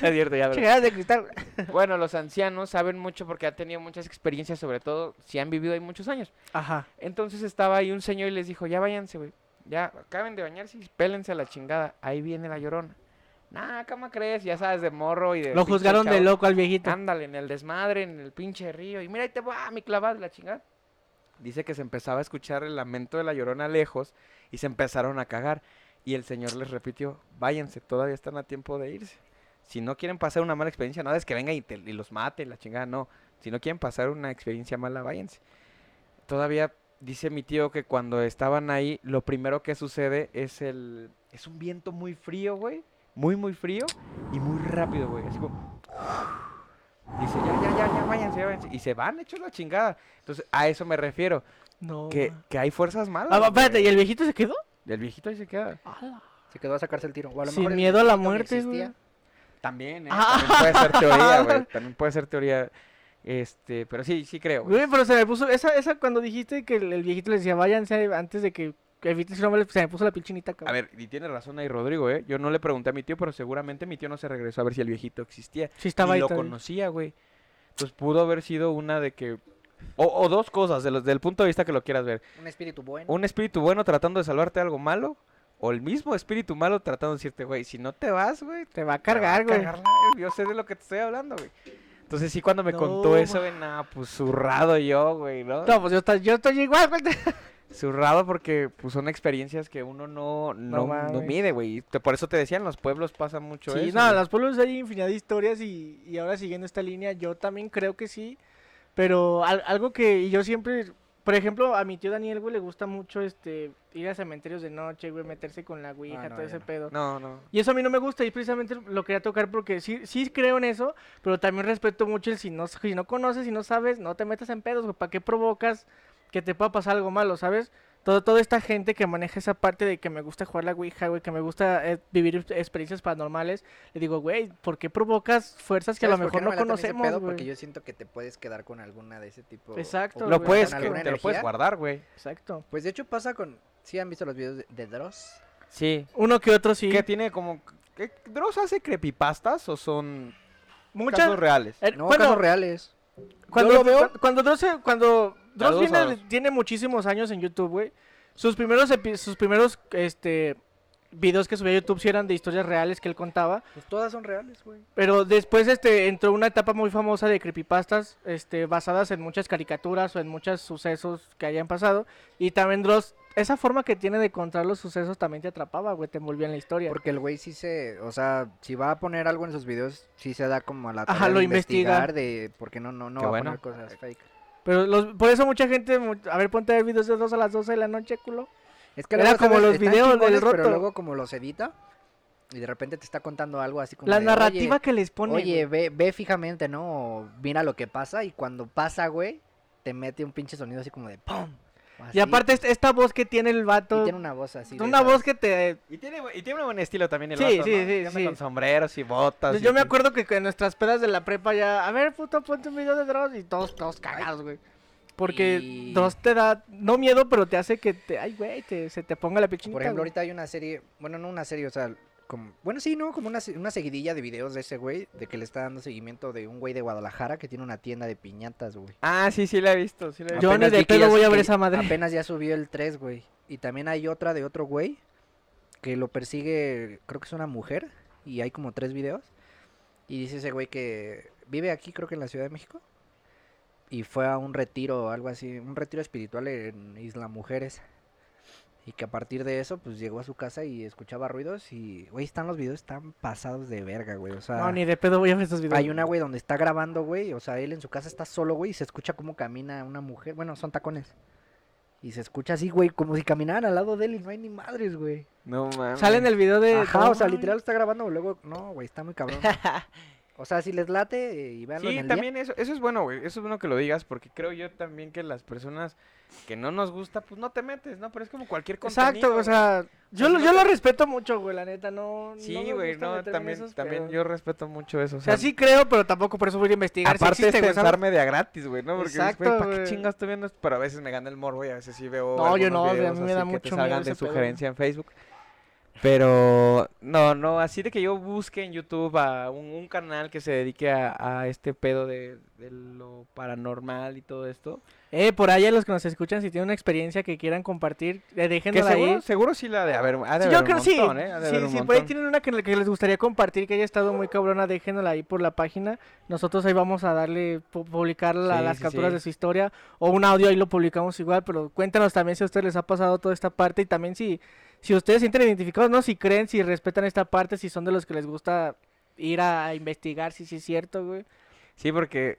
Es cierto,
[laughs]
ya,
chingadas de cristal.
Bueno, los ancianos saben mucho porque han tenido muchas experiencias, sobre todo si han vivido ahí muchos años.
Ajá.
Entonces estaba ahí un señor y les dijo, ya váyanse, güey. Ya acaben de bañarse y pélense a la chingada. Ahí viene la llorona. Nah, ¿cómo crees? Ya sabes, de morro y de...
Lo
pinche
juzgaron de
chavo.
loco al viejito.
Ándale, en el desmadre, en el pinche río. Y mira, ahí te va mi clavada, la chingada. Dice que se empezaba a escuchar el lamento de la llorona lejos y se empezaron a cagar. Y el señor les repitió, váyanse, todavía están a tiempo de irse. Si no quieren pasar una mala experiencia, nada es que venga y, te- y los mate, la chingada, no. Si no quieren pasar una experiencia mala, váyanse. Todavía dice mi tío que cuando estaban ahí, lo primero que sucede es el... Es un viento muy frío, güey. Muy, muy frío y muy rápido, güey. Así como... Dice, ya, ya, ya, ya, váyanse, ya, váyanse. Y se van hechos la chingada. Entonces, a eso me refiero.
No.
Que,
ma.
que hay fuerzas malas.
Ah, va, espérate,
güey.
¿y el Ah. viejito se quedó?
El viejito ahí se queda.
Se quedó a sacarse el tiro. O a lo
Sin
mejor el
miedo a la
viejito ni
muerte, güey.
existía.
También, ¿eh?
Ah.
También puede ser
[laughs]
teoría, güey. También puede ser teoría. Este, pero sí, sí creo. güey.
Güey, pero se me puso. Esa, esa cuando dijiste que el, el viejito le decía váyanse antes de que evites su nombre, se me puso la pinchinita,
A
cabrón.
ver, y tiene razón ahí Rodrigo, ¿eh? Yo no le pregunté a mi tío, pero seguramente mi tío no se regresó a ver si el viejito existía.
Sí, estaba
y
ahí.
lo
todavía.
conocía, güey. Entonces pudo haber sido una de que... O, o dos cosas, de los- del punto de vista que lo quieras ver.
Un espíritu bueno.
un espíritu bueno tratando de salvarte de algo malo o el mismo espíritu malo tratando de decirte, güey, si no te vas, güey,
Te va a
te va a
cargar, güey.
cargar la- Yo sé de lo que te estoy hablando, güey. Entonces sí, cuando me contó
No,
eso, güey, nah, pues zurrado yo, güey, ¿no?
No, pues yo, está- yo estoy igual, güey.
Zurrado porque pues son experiencias que uno no, no, no
mames.
mide, güey. Y te- Por eso te decía, en los pueblos pasa mucho
Sí,
eso.
no, en
güey.
los pueblos hay infinidad de historias y, y ahora siguiendo esta línea, yo también creo que sí, pero al- algo que y yo siempre, por ejemplo, a mi tío Daniel, güey, le gusta mucho este ir a cementerios de noche, güey, meterse con la ouija,
no,
todo
yo
ese
no.
pedo.
No, no.
Y eso a mí no me gusta y precisamente lo quería tocar porque sí, sí creo en eso, pero también respeto mucho el si no, si no conoces, si no sabes, no te metas en pedos, güey, ¿para qué provocas que te pueda pasar algo malo, sabes? Todo, toda esta gente que maneja esa parte de que me gusta jugar la Ouija, güey, que me gusta eh, vivir ex- experiencias paranormales, le digo, güey, ¿por qué provocas fuerzas que a lo
¿Sabes por
mejor
qué
no,
me late a mí ese
conocemos,
pedo?
güey?
Porque yo siento que te puedes quedar con alguna de ese tipo.
Exacto,
o
güey.
Lo
con
puedes,
alguna
te lo puedes
energía.
guardar, güey.
Exacto.
Pues de hecho pasa con... ¿Sí han visto los videos de, de Dross?
Sí.
Uno que otro sí.
Que tiene como... ¿qué- ¿Dross hace creepypastas o son
Muchas...
casos reales?
eh,
No,
bueno,
casos reales.
Cuando,
Yo lo veo-
cu- Cuando Dross, se- cuando Dross
dos
viene-
a dos.
tiene muchísimos años en YouTube, güey. Sus primeros, epi- sus primeros este, videos que subía a YouTube sí eran de historias reales que él contaba.
Pues todas son reales, güey.
Pero después este, entró una etapa muy famosa de creepypastas este, basadas en muchas caricaturas o en muchos sucesos que hayan pasado. Y también Dross, esa forma que tiene de contar los sucesos también te atrapaba, güey. Te envolvía en la historia.
Porque el güey sí se, o sea, si va a poner algo en sus videos, sí se da como a la
Ajá,
tarea
lo
de
investiga.
investigar de porque no no no
Qué
va
bueno.
a poner cosas fake.
Pero los- por eso mucha gente... mu- A ver, ponte a ver videos de Dross a las 12 de la noche, culo.
Es que
Era
luego,
como
¿sabes?
los
Están
videos del
chingones,
roto.
Pero luego como los edita y de repente te está contando algo así como
La
de,
narrativa
"Oye,
que les pone.
Oye, ve, ve fijamente, ¿no? O Mira lo que pasa y cuando pasa, güey, te mete un pinche sonido así como de ¡pum! o así,
Y aparte es- esta voz que tiene el
y
vato,
tiene una voz así. de
una
esas.
voz que te...
Y tiene, bu- y tiene un buen estilo también el
Sí,
vato,
sí,
¿no?
sí,
Que anda
sí.
Con sombreros y botas.
Yo
y-
me acuerdo que en nuestras pedas de la prepa ya, a ver, puto, ponte un video de Dross y todos, todos cagados, güey. Porque
Y-
Dross te da, no miedo, pero te hace que te, ay, güey, te- se te ponga la pichinita.
Por ejemplo,
güey.
ahorita hay una serie, bueno, no una serie, o sea, como, bueno, sí, ¿no? Como una, se- una seguidilla de videos de ese güey, de que le está dando seguimiento de un güey de Guadalajara que tiene una tienda de piñatas, güey.
Ah, sí, sí la he visto, sí la he
Yo
visto.
Apenas
ni de
vi que
pedo
ya-
voy a ver
que
esa madre.
Apenas ya subió el 3, güey. Y también hay otra de otro güey que lo persigue, creo que es una mujer, y hay como tres videos. Y dice ese güey que vive aquí, creo que en la Ciudad de México. Y fue a un retiro o algo así, un retiro espiritual en Isla Mujeres. Y que a partir de eso, pues llegó a su casa y escuchaba ruidos. Y, güey, están los videos tan pasados de verga, güey. O sea,
No, ni de pedo voy a ver esos videos.
hay una, güey, donde está grabando, güey. O sea, él en su casa está solo, güey, y se escucha cómo camina una mujer. Bueno, son tacones. Y se escucha así, güey, como si caminaran al lado de él y no hay ni madres, güey.
No mames.
Sale en el video de...
Ajá, o sea,
No, [laughs]
literal está grabando, luego, no, güey, está muy cabrón. O sea, si les late eh, y véanlo en
Sí,
el día.
también eso, eso es bueno, güey. Eso es bueno que lo digas porque creo yo también que las personas que no nos gusta, pues no te metes, ¿no? Pero es como cualquier contenido.
Exacto, o
güey.
sea, yo,
Pues
lo,
no
yo
te-
lo respeto mucho, güey, la neta, no.
Sí, güey, no, también, también yo respeto mucho eso. O
O sea,
sea,
sí creo, pero tampoco por eso voy a investigar
aparte
si existe,
es
güey, ¿sabes?
pensarme de a gratis, güey, ¿no? Porque, dices, güey,
Exacto,
¿para qué
güey.
chingas tú viendo esto? Pero a veces me gana el morbo y a veces sí veo
No, yo
algunos
no, güey, a
videos
mí me
así
da
que te
mucho
salgan
miedo
de
ese pedo,
sugerencia en Facebook. Pero, no, no, así de que yo busque en YouTube a un, un canal que se dedique a, a este pedo de, de lo paranormal y todo esto.
Eh, por allá los que nos escuchan, si tienen una experiencia que quieran compartir, eh,
Que
déjenla ahí.
seguro, seguro sí la de haber, ha de
Sí, yo
haber
creo
un
sí.
montón, ¿eh? Ha de
sí,
haber un
sí, por ahí
montón.
tienen una que, que les gustaría compartir que haya estado muy cabrona, déjenla ahí por la página. Nosotros ahí vamos a darle pu- publicar la-
Sí,
las
sí,
capturas
sí.
de su historia o un audio ahí lo publicamos igual, pero cuéntanos también si a ustedes les ha pasado toda esta parte y también si si ustedes se sienten identificados, no si creen, si respetan esta parte, si son de los que les gusta ir a, a investigar si sí es cierto, güey.
Sí, porque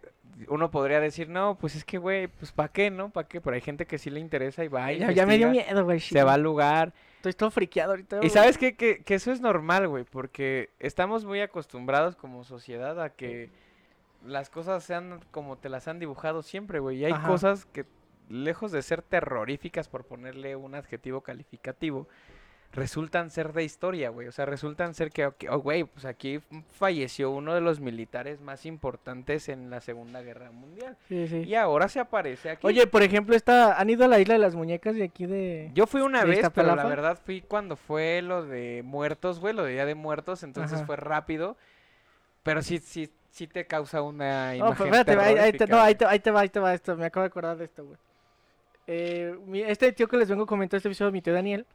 uno podría decir, no, pues es que, güey, pues ¿para qué, no? ¿Para qué? Pero hay gente que sí le interesa y va y
ya, ya me dio
investiga,
miedo, güey.
Se va al lugar.
Estoy todo friqueado ahorita.
Y
güey.
sabes qué? que, que eso es normal, güey, porque estamos muy acostumbrados como sociedad a que las cosas sean como te las han dibujado siempre, güey. Y hay
Ajá.
cosas que, lejos de ser terroríficas, por ponerle un adjetivo calificativo, resultan ser de historia, güey. O sea, resultan ser que, ok, oh, güey, pues aquí falleció uno de los militares más importantes en la Segunda Guerra Mundial.
Sí, sí.
Y ahora se aparece aquí.
Oye, por ejemplo, esta, han ido a la isla de las muñecas de aquí de...
Yo fui una
¿De
vez, pero la
Iztapalapa?
verdad fui cuando fue lo de muertos, güey, lo de Día de Muertos, entonces
Ajá.
fue rápido. Pero sí, sí, sí te causa una
No,
imagen
pero espérate, ahí, ahí te,
terrorífica,
no, ahí,
güey.
te, ahí te va, ahí te va esto. Me acabo de acordar de esto, güey. Eh, mi- este tío que les vengo comentando este episodio, mi tío Daniel,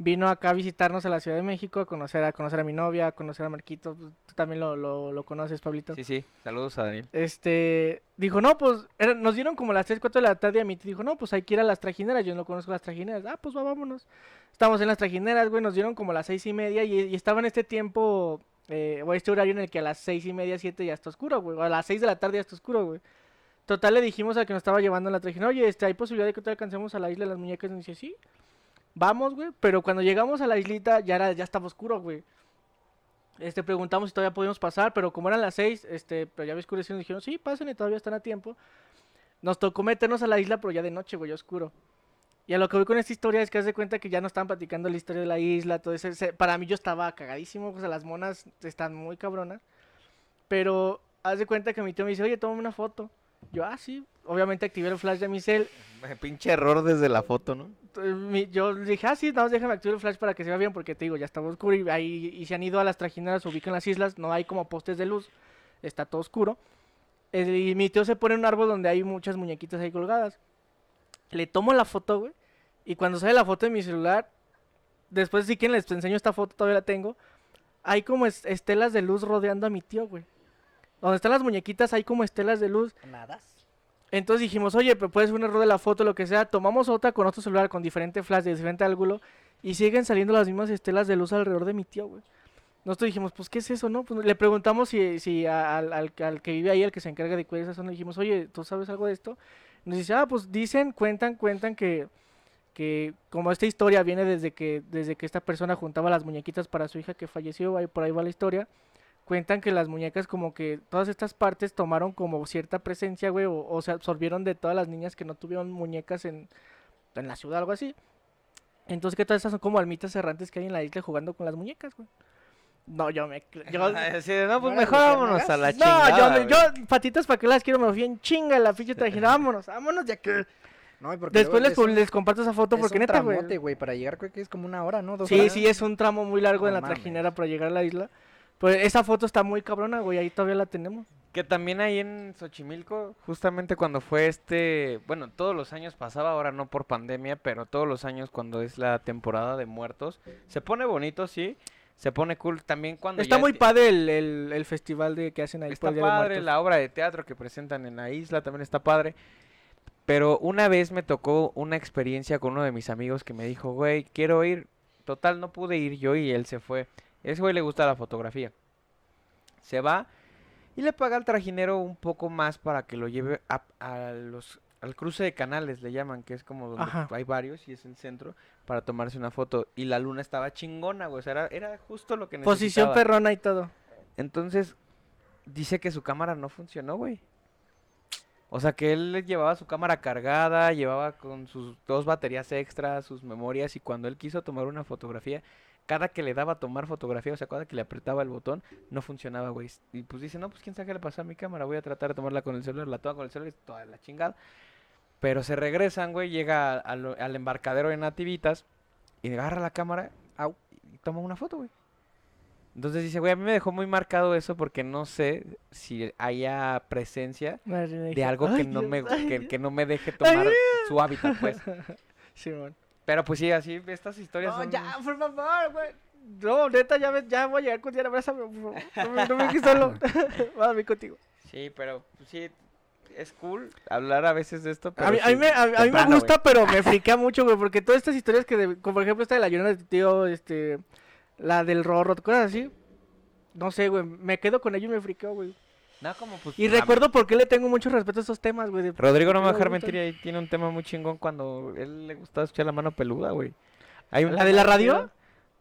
vino acá a visitarnos a la Ciudad de México, a conocer a, conocer a mi novia, a conocer a Marquito. pues, Tú también lo, lo, lo conoces, Pablito.
Sí, sí, saludos a Daniel.
Este, dijo, no, pues, era- nos dieron como las 3, 4 de la tarde y a mí. Dijo, no, pues hay que ir a las trajineras, yo no conozco las trajineras. Ah, pues va, vámonos. Estamos en las trajineras, güey, nos dieron como las seis y media y, y estaba en este tiempo, eh, o este horario en el que a las seis y media, siete ya está oscuro, güey. o A las 6 de la tarde ya está oscuro, güey. Total, le dijimos al que nos estaba llevando en la trajinera, oye, este, ¿hay posibilidad de que te alcancemos a la isla de las muñecas? Y nos dice, sí, vamos, güey. Pero cuando llegamos a la islita ya, era, ya estaba oscuro, güey. Este, preguntamos si todavía podíamos pasar, pero como eran las seis, este, pero ya había oscurecido, nos dijeron, sí, pasen y todavía están a tiempo. Nos tocó meternos a la isla, pero ya de noche, güey, ya oscuro. Y a lo que voy con esta historia es que haz de cuenta que ya nos estaban platicando la historia de la isla, todo ese, ese- para mí yo estaba cagadísimo, o sea, las monas están muy cabronas. Pero haz de cuenta que mi tío me dice, oye, tómame una foto. Yo, ah, sí. Obviamente activé el flash de mi cel
Eh, Pinche error desde la foto, ¿no?
t- mi- yo le dije, ah, sí, nada más déjame activar el flash para que se vea bien, porque te digo, ya está oscuro y, ahí, y se han ido a las trajineras, se ubican las islas, no hay como postes de luz, está todo oscuro. Eh, Y mi tío se pone en un árbol donde hay muchas muñequitas ahí colgadas. Le tomo la foto, güey, y cuando sale la foto de mi celular, después sí que les enseño esta foto, todavía la tengo, hay como es- estelas de luz rodeando a mi tío, güey. Donde están las muñequitas hay como estelas de luz
Nada.
entonces dijimos, oye, pero puede ser un error de la foto, lo que sea. Tomamos otra con otro celular, con diferente flash, de diferente ángulo. Y siguen saliendo las mismas estelas de luz alrededor de mi tío, güey. Nosotros dijimos, pues, ¿qué es eso, no? Pues, le preguntamos si, si a- al, al- al que vive ahí, al que se encarga de cuidar esa zona, dijimos, oye, ¿tú sabes algo de esto? Nos dice, ah, pues, dicen, cuentan, cuentan que, que como esta historia viene desde que, desde que esta persona juntaba las muñequitas para su hija que falleció, ahí, por ahí va la historia cuentan que las muñecas como que todas estas partes tomaron como cierta presencia, güey, o, o se absorbieron de todas las niñas que no tuvieron muñecas en, en la ciudad, algo así. Entonces que todas estas son como almitas errantes que hay en la isla jugando con las muñecas, güey. No, yo me...
[laughs]
[laughs]
Yo,
Ah,
Así de, no, pues
Bueno,
mejor
pues,
vámonos a la chingada.
no, yo,
güey.
yo, patitas, ¿para qué las quiero? Me fui en chinga a la ficha trajera, vámonos, vámonos de aquí.
No, y porque
Después les,
luego es
pub-
un-
les comparto esa foto
es
porque
un
neta, güey.
tramote, güey. Para llegar creo que es como una hora, ¿no? Dos
Sí,
horas.
sí, es un tramo muy largo
No
en la
mames.
trajinera para llegar a la isla. Pues esa foto está muy cabrona, güey, ahí todavía la tenemos.
Que también ahí en Xochimilco, justamente cuando fue este, bueno, todos los años pasaba, ahora no por pandemia, pero todos los años cuando es la temporada de muertos, se pone bonito, sí, se pone cool también cuando...
Está
ya
muy
ti-
padre el, el- el festival de que hacen ahí
Está
por el Día de
padre
Muertos.
la obra de teatro que presentan en la isla, también está padre. Pero una vez me tocó una experiencia con uno de mis amigos que me dijo, güey, quiero ir. Total, no pude ir yo y él se fue. Ese güey le gusta la fotografía. Se va y le paga al trajinero un poco más para que lo lleve a, a los, al cruce de canales, le llaman, que es como donde
Ajá.
hay varios y es el centro, para tomarse una foto. Y la luna estaba chingona, güey. O sea, era, era justo lo que necesitaba.
Posición perrona y todo.
Entonces, dice que su cámara no funcionó, güey. O sea, que él llevaba su cámara cargada, llevaba con sus dos baterías extras, sus memorias, y cuando él quiso tomar una fotografía, cada que le daba a tomar fotografía, o sea, cada que le apretaba el botón, no funcionaba, güey. Y pues dice, no, pues quién sabe qué le pasó a mi cámara, voy a tratar de tomarla con el celular, la toma con el celular, y toda la chingada. Pero se regresan, güey, llega a- a lo- al, embarcadero de Nativitas y agarra la cámara au, y toma una foto, güey. Entonces dice, güey, a mí me dejó muy marcado eso porque no sé si haya presencia de algo que no me que, que no me deje tomar su hábitat, pues.
[laughs] Simón.
Pero pues sí, así estas historias
No,
son-
ya, por favor, güey. No, neta, ya, ves, ya voy a llegar contigo. Abrázame, por favor. No me,
[laughs]
no me dejes [laughs] solo. Voy a dormir contigo.
Sí, pero pues, sí es cool hablar a veces de esto, pero
A mí, a mí
sí,
me, a- a
de
mí me
plano, güey.
gusta, pero me friquea mucho, güey, porque todas estas historias que, de- como por ejemplo esta de la llorona de tu tío, este, la del Rorro, cosas así, no sé, güey, me quedo con ello y me friqueo, güey.
No, como, pues,
Y
a mí-
recuerdo por qué le tengo mucho respeto a esos temas, güey. de-
Rodrigo no me va a
Me
dejar
gustan.
mentir, y ahí tiene un tema muy chingón cuando él le gustaba escuchar la mano peluda, güey. Hay un
¿La
tema
de la
muy
radio?
chido.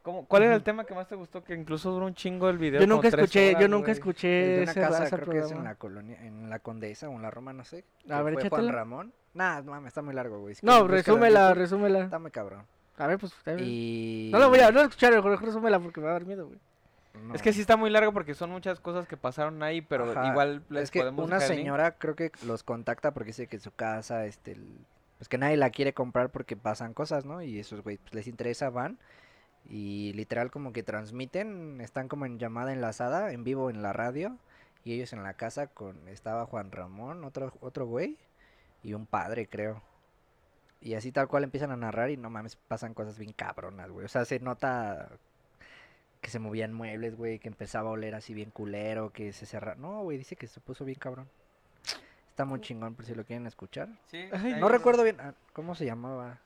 ¿Cómo- ¿Cuál era el
Ujú.
tema que más te gustó? Que incluso duró un chingo el video.
Yo
como
nunca
tres
escuché, yo
horas,
nunca
güey.
El
escuché
de una
ese
casa,
raza
creo que es en
programa.
la colonia, en la Condesa o en la Roma, no sé.
A
que
ver,
fue
échatela.
Juan Ramón. Nah, no mames, está muy largo, güey. si
No,
quieren, búscalo en
resúmela,
YouTube,
resúmela.
Está muy cabrón.
A ver, pues, a ver.
Y...
no la voy a, no la escucharé, mejor resúmela porque me va a dar miedo, güey.
Es que sí está muy largo porque son muchas cosas que pasaron ahí, pero
Ajá,
igual les
Es que
podemos
una
dejar el link.
señora creo que los contacta porque dice que su casa, este, el- pues que nadie la quiere comprar porque pasan cosas, ¿no? Y esos güey pues, les interesa, van y literal como que transmiten, están como en llamada enlazada, en vivo en la radio y ellos en la casa con estaba Juan Ramón, otro otro güey y un padre, creo. Y así tal cual empiezan a narrar y no mames, pasan cosas bien cabronas, güey. O sea, se nota que se movían muebles, güey, que empezaba a oler así bien culero, que se cerraba. No, güey, dice que se puso bien cabrón. Está muy chingón por si lo quieren escuchar.
Sí,
Ay,
ahí
No
es-
recuerdo bien ah, cómo se llamaba.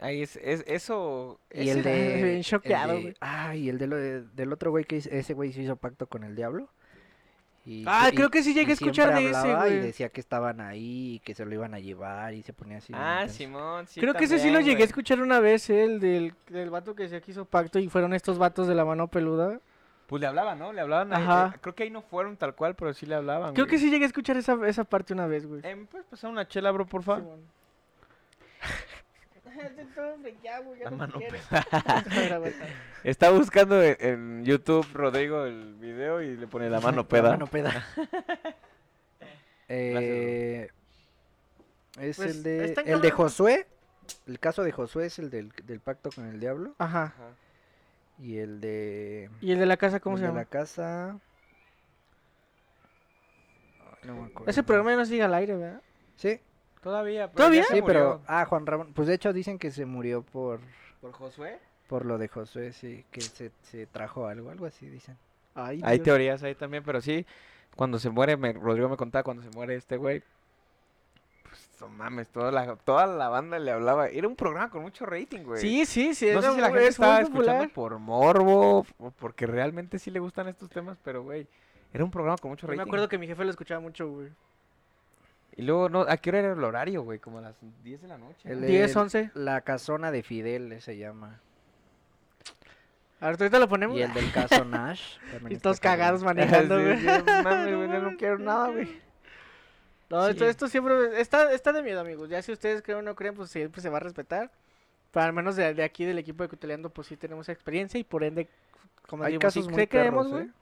Ahí es, es- eso.
Y
ese
el
era
de.
bien
el
choqueado,
de-
güey.
Ay, el de lo de- del otro güey que hizo- ese güey se hizo pacto con el diablo. Y,
Ah,
y-
creo que sí
y
llegué a escuchar
siempre
de ese,
hablaba Y
güey.
decía que estaban ahí y que se lo iban a llevar y se ponía así. bien
Ah,
intenso.
Simón, sí.
Creo que ese sí lo
también,
llegué a
güey.
escuchar una vez, ¿eh? el del, del vato que se aquí hizo pacto y fueron estos vatos de la mano peluda.
Pues le hablaban, ¿no? Le hablaban. ahí,
Ajá.
eh, creo que ahí no fueron tal cual, pero sí le hablaban.
Creo que
güey.
sí llegué a escuchar esa, esa parte una vez, güey.
Eh, ¿Me puedes pasar una chela, bro, por favor?
Simón. [laughs] Estoy todo friqueado, güey, ya
La
no
mano
quiero. [laughs] A ver, aguanta.
Está buscando e- en YouTube Rodrigo el video y le pone la mano
La
peda.
mano peda. [laughs] Eh, es
Pues,
el de.
está
El de
cabrón.
Josué. El caso de Josué es el del, del pacto con el diablo.
Ajá.
Ajá.
Y el de.
¿Y el de la casa cómo
el
se
de
llama?
La casa. Ay, no me acuerdo.
Ese programa ya no sigue al aire, ¿verdad?
Sí,
Todavía, pero.
¿Todavía?
ya se
sí, pero.
murió.
Ah, Juan Ramón. Pues de hecho dicen que se murió por.
¿Por Josué?
Por lo de Josué, sí. Que se, se trajo algo, algo así dicen.
Ay,
Hay
Dios.
teorías ahí también, pero sí, cuando se muere, me- Rodrigo me contaba, cuando se muere este güey, pues no mames, toda la, toda la banda le hablaba. Era un programa con mucho rating, güey.
Sí, sí, sí.
no
era
sé si la
muy-
gente
es muy
estaba
popular.
escuchando por morbo, o porque realmente sí le gustan estos temas, pero güey, era un programa con mucho
Yo
rating.
me acuerdo que mi jefe lo escuchaba mucho, güey.
Y luego, no, ¿a qué hora era el horario, güey? Como a las 10 de la noche.
El
¿no?
de-
10, 11.
La casona de Fidel eh, se llama.
A ver, ahorita lo ponemos.
Y el del [laughs] caso Nash.
Y
también
todos
está cabrón.
cagados [laughs] manejando,
Sí,
güey.
sí, [laughs] no mames, güey, yo no quiero nada, güey.
No, esto,
Sí.
esto siempre está, está de miedo, amigos. Ya si ustedes creen o no creen, pues siempre se va a respetar. Pero al menos de, de aquí del equipo de Cuteleando, pues sí tenemos experiencia y por ende, como
Hay
digo, sí
casos muy
cre- creemos,
perros,
güey.
¿eh?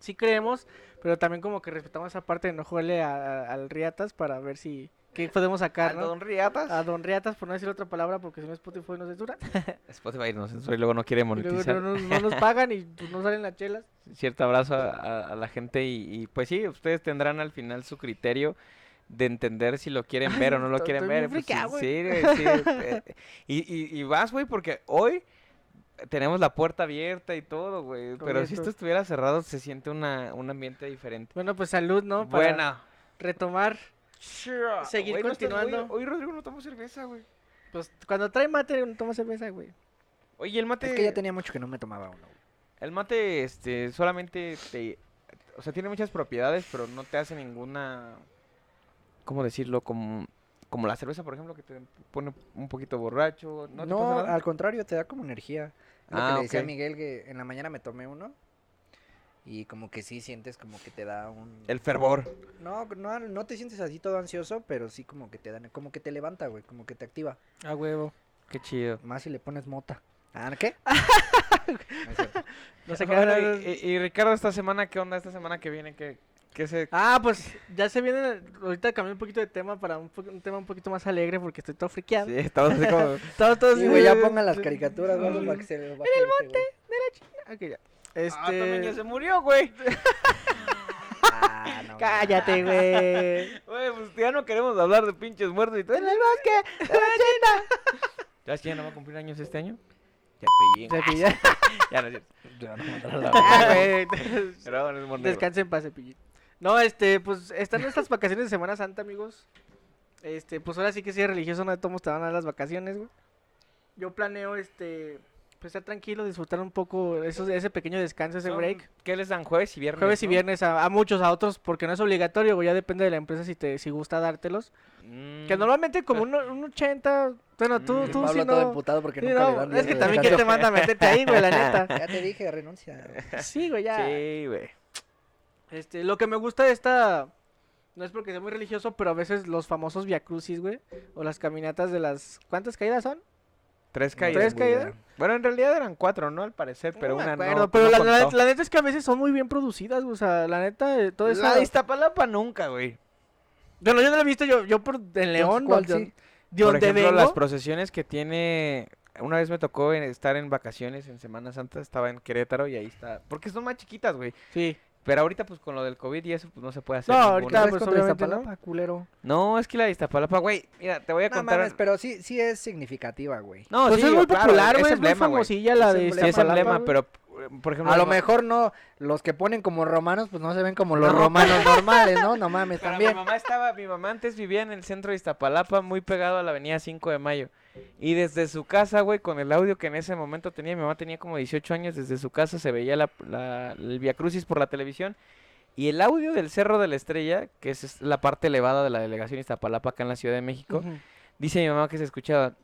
Sí creemos, pero también como que respetamos esa parte de no jugarle a- a- al Riatas para ver si qué podemos sacar, ¿no?
Don Riatas?
A Don Riatas, por no decir otra palabra, porque si no Spotify nos censura.
Spotify nos censura y luego no quiere
Y luego
monetizar.
no,
[laughs]
nos- no nos pagan y pues, no salen las chelas.
cierto abrazo a, a- a la gente y, y, pues sí, ustedes tendrán al final su criterio de entender si lo quieren ver o no lo
estoy-
quieren
estoy
ver.
bien
pues, sí,
friqueado, güey.
sí, güey, sí, eh, y, y- y vas, güey, porque hoy tenemos la puerta abierta y todo, güey. Pero si
Correcto.
esto estuviera cerrado, se siente una, un ambiente diferente.
Bueno, pues salud, ¿no? Para
Buena.
retomar. Seguir
Güey, no estás- hoy-
continuando.
Hoy, Rodrigo no tomó cerveza, güey.
Pues cuando trae mate, no toma cerveza, güey.
Oye, el mate...
Es que ya tenía mucho que no me tomaba uno. güey.
El mate, este, solamente te... O sea, tiene muchas propiedades, pero no te hace ninguna... ¿Cómo decirlo? Como, como la cerveza, por ejemplo, que te pone un poquito borracho. No,
No,
te pasa nada?
al contrario, te da como energía. Es Lo
Ah,
que le decía a
ok.
Miguel que en la mañana me tomé uno. Y como que sí sientes como que te da un...
El fervor.
No, no, no te sientes así todo ansioso, pero sí como que te dan, como que te levanta, güey, como que te activa.
A huevo.
Qué [laughs] chido.
Más si le pones mota. Ah, ¿qué? [laughs] No es cierto.
No sé qué.
Bueno, y, y- y Ricardo, esta semana, ¿qué onda? Esta semana que viene, ¿qué, qué se...?
Ah, pues ya se viene. Ahorita cambié un poquito de tema para un, po- un tema un poquito más alegre porque estoy todo
[laughs]
friqueado.
Sí, estamos así como...
Todos, todos.
Sí, güey, ya pongan las caricaturas, güey, para que se le baje este, güey.
Ok, ya.
Ah,
Este.
murió, güey.
Ah, no, güey.
Cállate,
[laughs]
güey.
Güey, pues ya no queremos hablar de pinches muertos y todo.
el bosque.
¿Ya es que ya no va a cumplir años este año? Ya
Se
[laughs]
pillé.
pilla.
Ya no es cierto.
Ya no me acuerdo.
Ah,
[laughs]
güey. [laughs]
Pero bueno, es humor negro.
Descansen en paz, Cepillín. No, este, pues están estas vacaciones de Semana Santa, amigos. Este, pues ahora sí que si eres religioso, no de todos modos te van a dar las vacaciones, güey. Yo planeo, este, pues estar tranquilo, disfrutar un poco esos, ese pequeño descanso, ese
Son-
break.
¿Qué les dan? Jueves y viernes.
Jueves y
¿no?
viernes a, a muchos, a otros, porque no es obligatorio, güey. Ya depende de la empresa si te si gusta dártelos. Que
Mm.
normalmente como un, un 80, bueno, tú,
Mm.
tú
Pablo
sí
todo
no.
emputado porque
sí,
nunca
no,
le dan
es
días
que
de
también que te
descanso.
manda a meterte ahí, güey, la neta.
[laughs] Ya te dije,
[laughs]
renuncia.
Sí, güey, ya.
Sí, güey.
Este, lo que me gusta de esta. No es porque sea muy religioso, pero a veces los famosos viacrucis, güey. O las caminatas de las. ¿Cuántas caídas son?
Tres
No
caídas.
¿Tres
tengo idea.
caídas?
Bueno, en realidad eran cuatro, ¿no? Al parecer, pero
me
una
acuerdo,
no.
Pero
no
la, la-
contó.
la neta es que a veces son muy bien producidas, güey, O sea, la neta, eh, todo eso.
La de Iztapalapa nunca, güey.
Bueno, yo no la he visto, yo, yo por. En León,
¿cuál
donde-
sí?
de
Por
donde
ejemplo,
vengo.
las procesiones que tiene... Una vez me tocó en- estar en vacaciones en Semana Santa, estaba en Querétaro y ahí está. Porque son más chiquitas, güey.
Sí.
Pero ahorita, pues, con lo del COVID y eso, pues, no se puede hacer
No,
ninguna.
ahorita,
¿Sabes
pues,
cuánto está
obviamente no.
Palapa, culero?
No, es que la de Iztapalapa, güey, mira, te voy a
No
contar...
mames, pero sí, sí es significativa, güey.
No,
pues
sí,
es muy
claro,
popular, güey. es muy
emblema, güey.
famosilla la
Es
de
emblema.
Sí, es
Iztapalapa,
emblema,
güey.
pero, eh, por ejemplo...
A lo
no-
mejor no, los que ponen como romanos, pues no se ven como los
No. [laughs]
romanos normales, ¿no? No mames,
Pero
también.
Mi mamá estaba, mi mamá antes vivía en el centro de Iztapalapa, muy pegado a la avenida 5 de Mayo. Y desde su casa, güey, con el audio que en ese momento tenía, mi mamá tenía como 18 años, desde su casa se veía la, la- el Via Crucis por la televisión. Y el audio del Cerro de la Estrella, que es es la parte elevada de la delegación Iztapalapa acá en la Ciudad de México,
Ujú.
dice mi mamá que se escuchaba.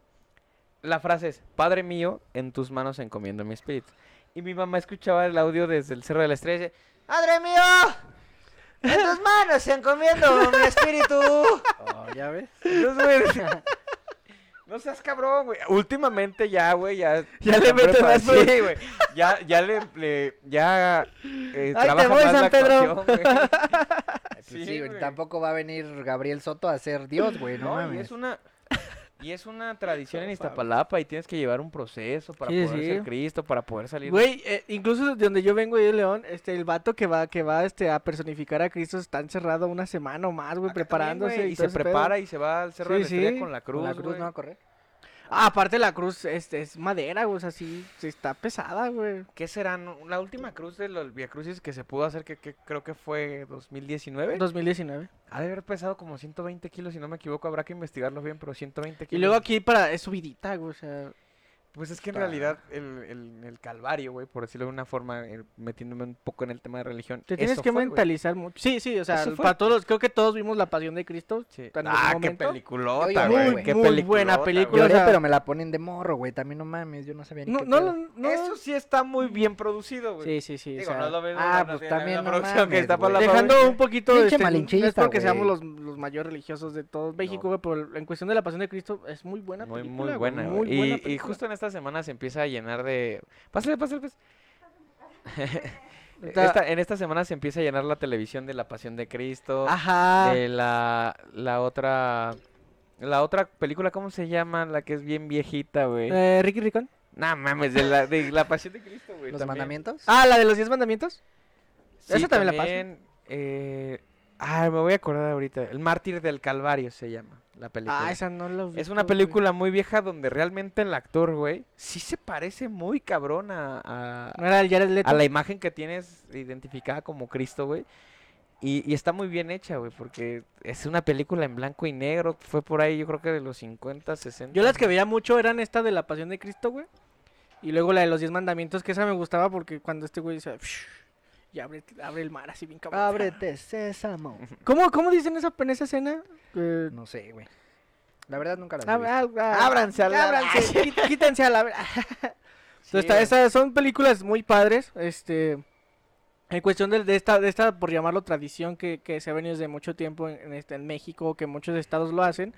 La frase es, Padre mío, en tus manos encomiendo mi espíritu. Y mi mamá escuchaba el audio desde el Cerro de la Estrella. Padre mío, en tus manos encomiendo mi espíritu.
Oh, ¿Ya ves?
Entonces,
[laughs]
güey, No seas cabrón, güey. Últimamente ya, güey, ya.
Ya le
están
meten más
preparados. Sí, güey. Ya, ya le, le- ya. eh,
Ahí te
trabajan
voy,
más
San
la
Pedro.
actuación,
[laughs]
güey.
Ay, pues
Sí,
sí, güey,
güey.
tampoco va a venir Gabriel Soto a ser Dios, güey, no,
No, y
mames.
es una y es una tradición en Iztapalapa y tienes que llevar un proceso para
Sí,
poder
sí.
ser Cristo, para poder salir.
Güey, eh, incluso de donde yo vengo y de León, este, el vato que va, que va, este, a personificar a Cristo está encerrado una semana o más, güey,
Acá también,
preparándose
güey,
y,
y
todo
se
ese pedo.
prepara y se va al cerro de la
Sí,
Estrella
sí.
con la cruz,
Con la cruz
güey.
no va a correr.
Ah, aparte la cruz, este, es madera, güey, o sea, sí, sí está pesada, güey.
¿Qué será? no? La última cruz de los Viacrucis que se pudo hacer, que, que creo que fue 2019.
2019.
Ha de haber pesado como 120 kilos, si no me equivoco, habrá que investigarlo bien, pero 120
Y
kilos.
luego aquí para, es subidita, güey, o sea,
Pues es que en
Está.
realidad el, el- el calvario, güey, por decirlo de una forma, eh, metiéndome un poco en el tema de religión.
te tienes
eso
que
fue, güey.
mentalizar mucho. Sí, sí, o sea,
Eso fue.
para todos los, creo que todos vimos La Pasión de Cristo.
Sí.
en algún
Ah, qué
momento.
peliculota,
Oye,
güey.
muy,
qué
muy
peliculota,
buena
güey.
película,
Lloré,
o sea-
pero me la ponen de morro, güey, también no mames, yo no sabía ni
No,
qué
no,
pedo.
no, no.
Eso sí está muy bien producido, güey.
Sí, sí, sí, o
Digo,
sea,
no lo veo.
ah,
no
pues
tiene la
también, no
producción
mames,
que está para la
güey.
Dejando...
Dejando un poquito
Pinche
este, no
malinchista,
es porque
güey.
seamos los, los mayores religiosos de todo México, güey, pero en cuestión de la Pasión de Cristo es muy buena
Muy,
película,
muy
güey,
buena,
muy
güey. Y,
buena
y
película.
justo en esta semana se empieza a llenar de... Pásale, pásale, pues.
Está-
Esta- en esta semana se empieza a llenar la televisión de La Pasión de
Ah,
Cristo.
Ajá.
de la, la otra... La otra película, ¿cómo se llama? La que es bien viejita, güey.
Eh, Ricky Ricón.
No mames, de la, de la Pasión de Cristo, güey.
¿Los
también.
mandamientos?
Ah, la de los 10 mandamientos.
Sí,
Esa también la pasan.
eh, ay, me voy a acordar ahorita. El Mártir del Calvario se llama la película.
Ah, esa no la ubico,
Es una
güey.
película muy vieja donde realmente el actor, güey, sí se parece muy cabrón a, a-
No era el Jared Leto.
a la imagen que tienes identificada como Cristo, güey. Y, y está muy bien hecha, güey, porque es una película en blanco y negro. Fue por ahí, yo creo que de los 50, 60.
Yo las que veía mucho eran esta de la Pasión de Cristo, güey. Y luego la de los 10 mandamientos, que esa me gustaba porque cuando este güey dice... "Psh", Y abre, abre el mar así bien cabrón.
Ah, [laughs]
Ábrete, sésamo.
¿Cómo, cómo dicen esa, en esa escena? Eh,
No sé, güey. La verdad nunca la
ah,
vi.
ah, ah,
Ábranse a la-
ábranse, quí- [laughs] quítense a la... Entonces, está- esas son películas muy padres. Este. En cuestión de, de esta, de esta, por llamarlo tradición, que, que se ha venido desde mucho tiempo en, en este, en México, que muchos estados lo hacen,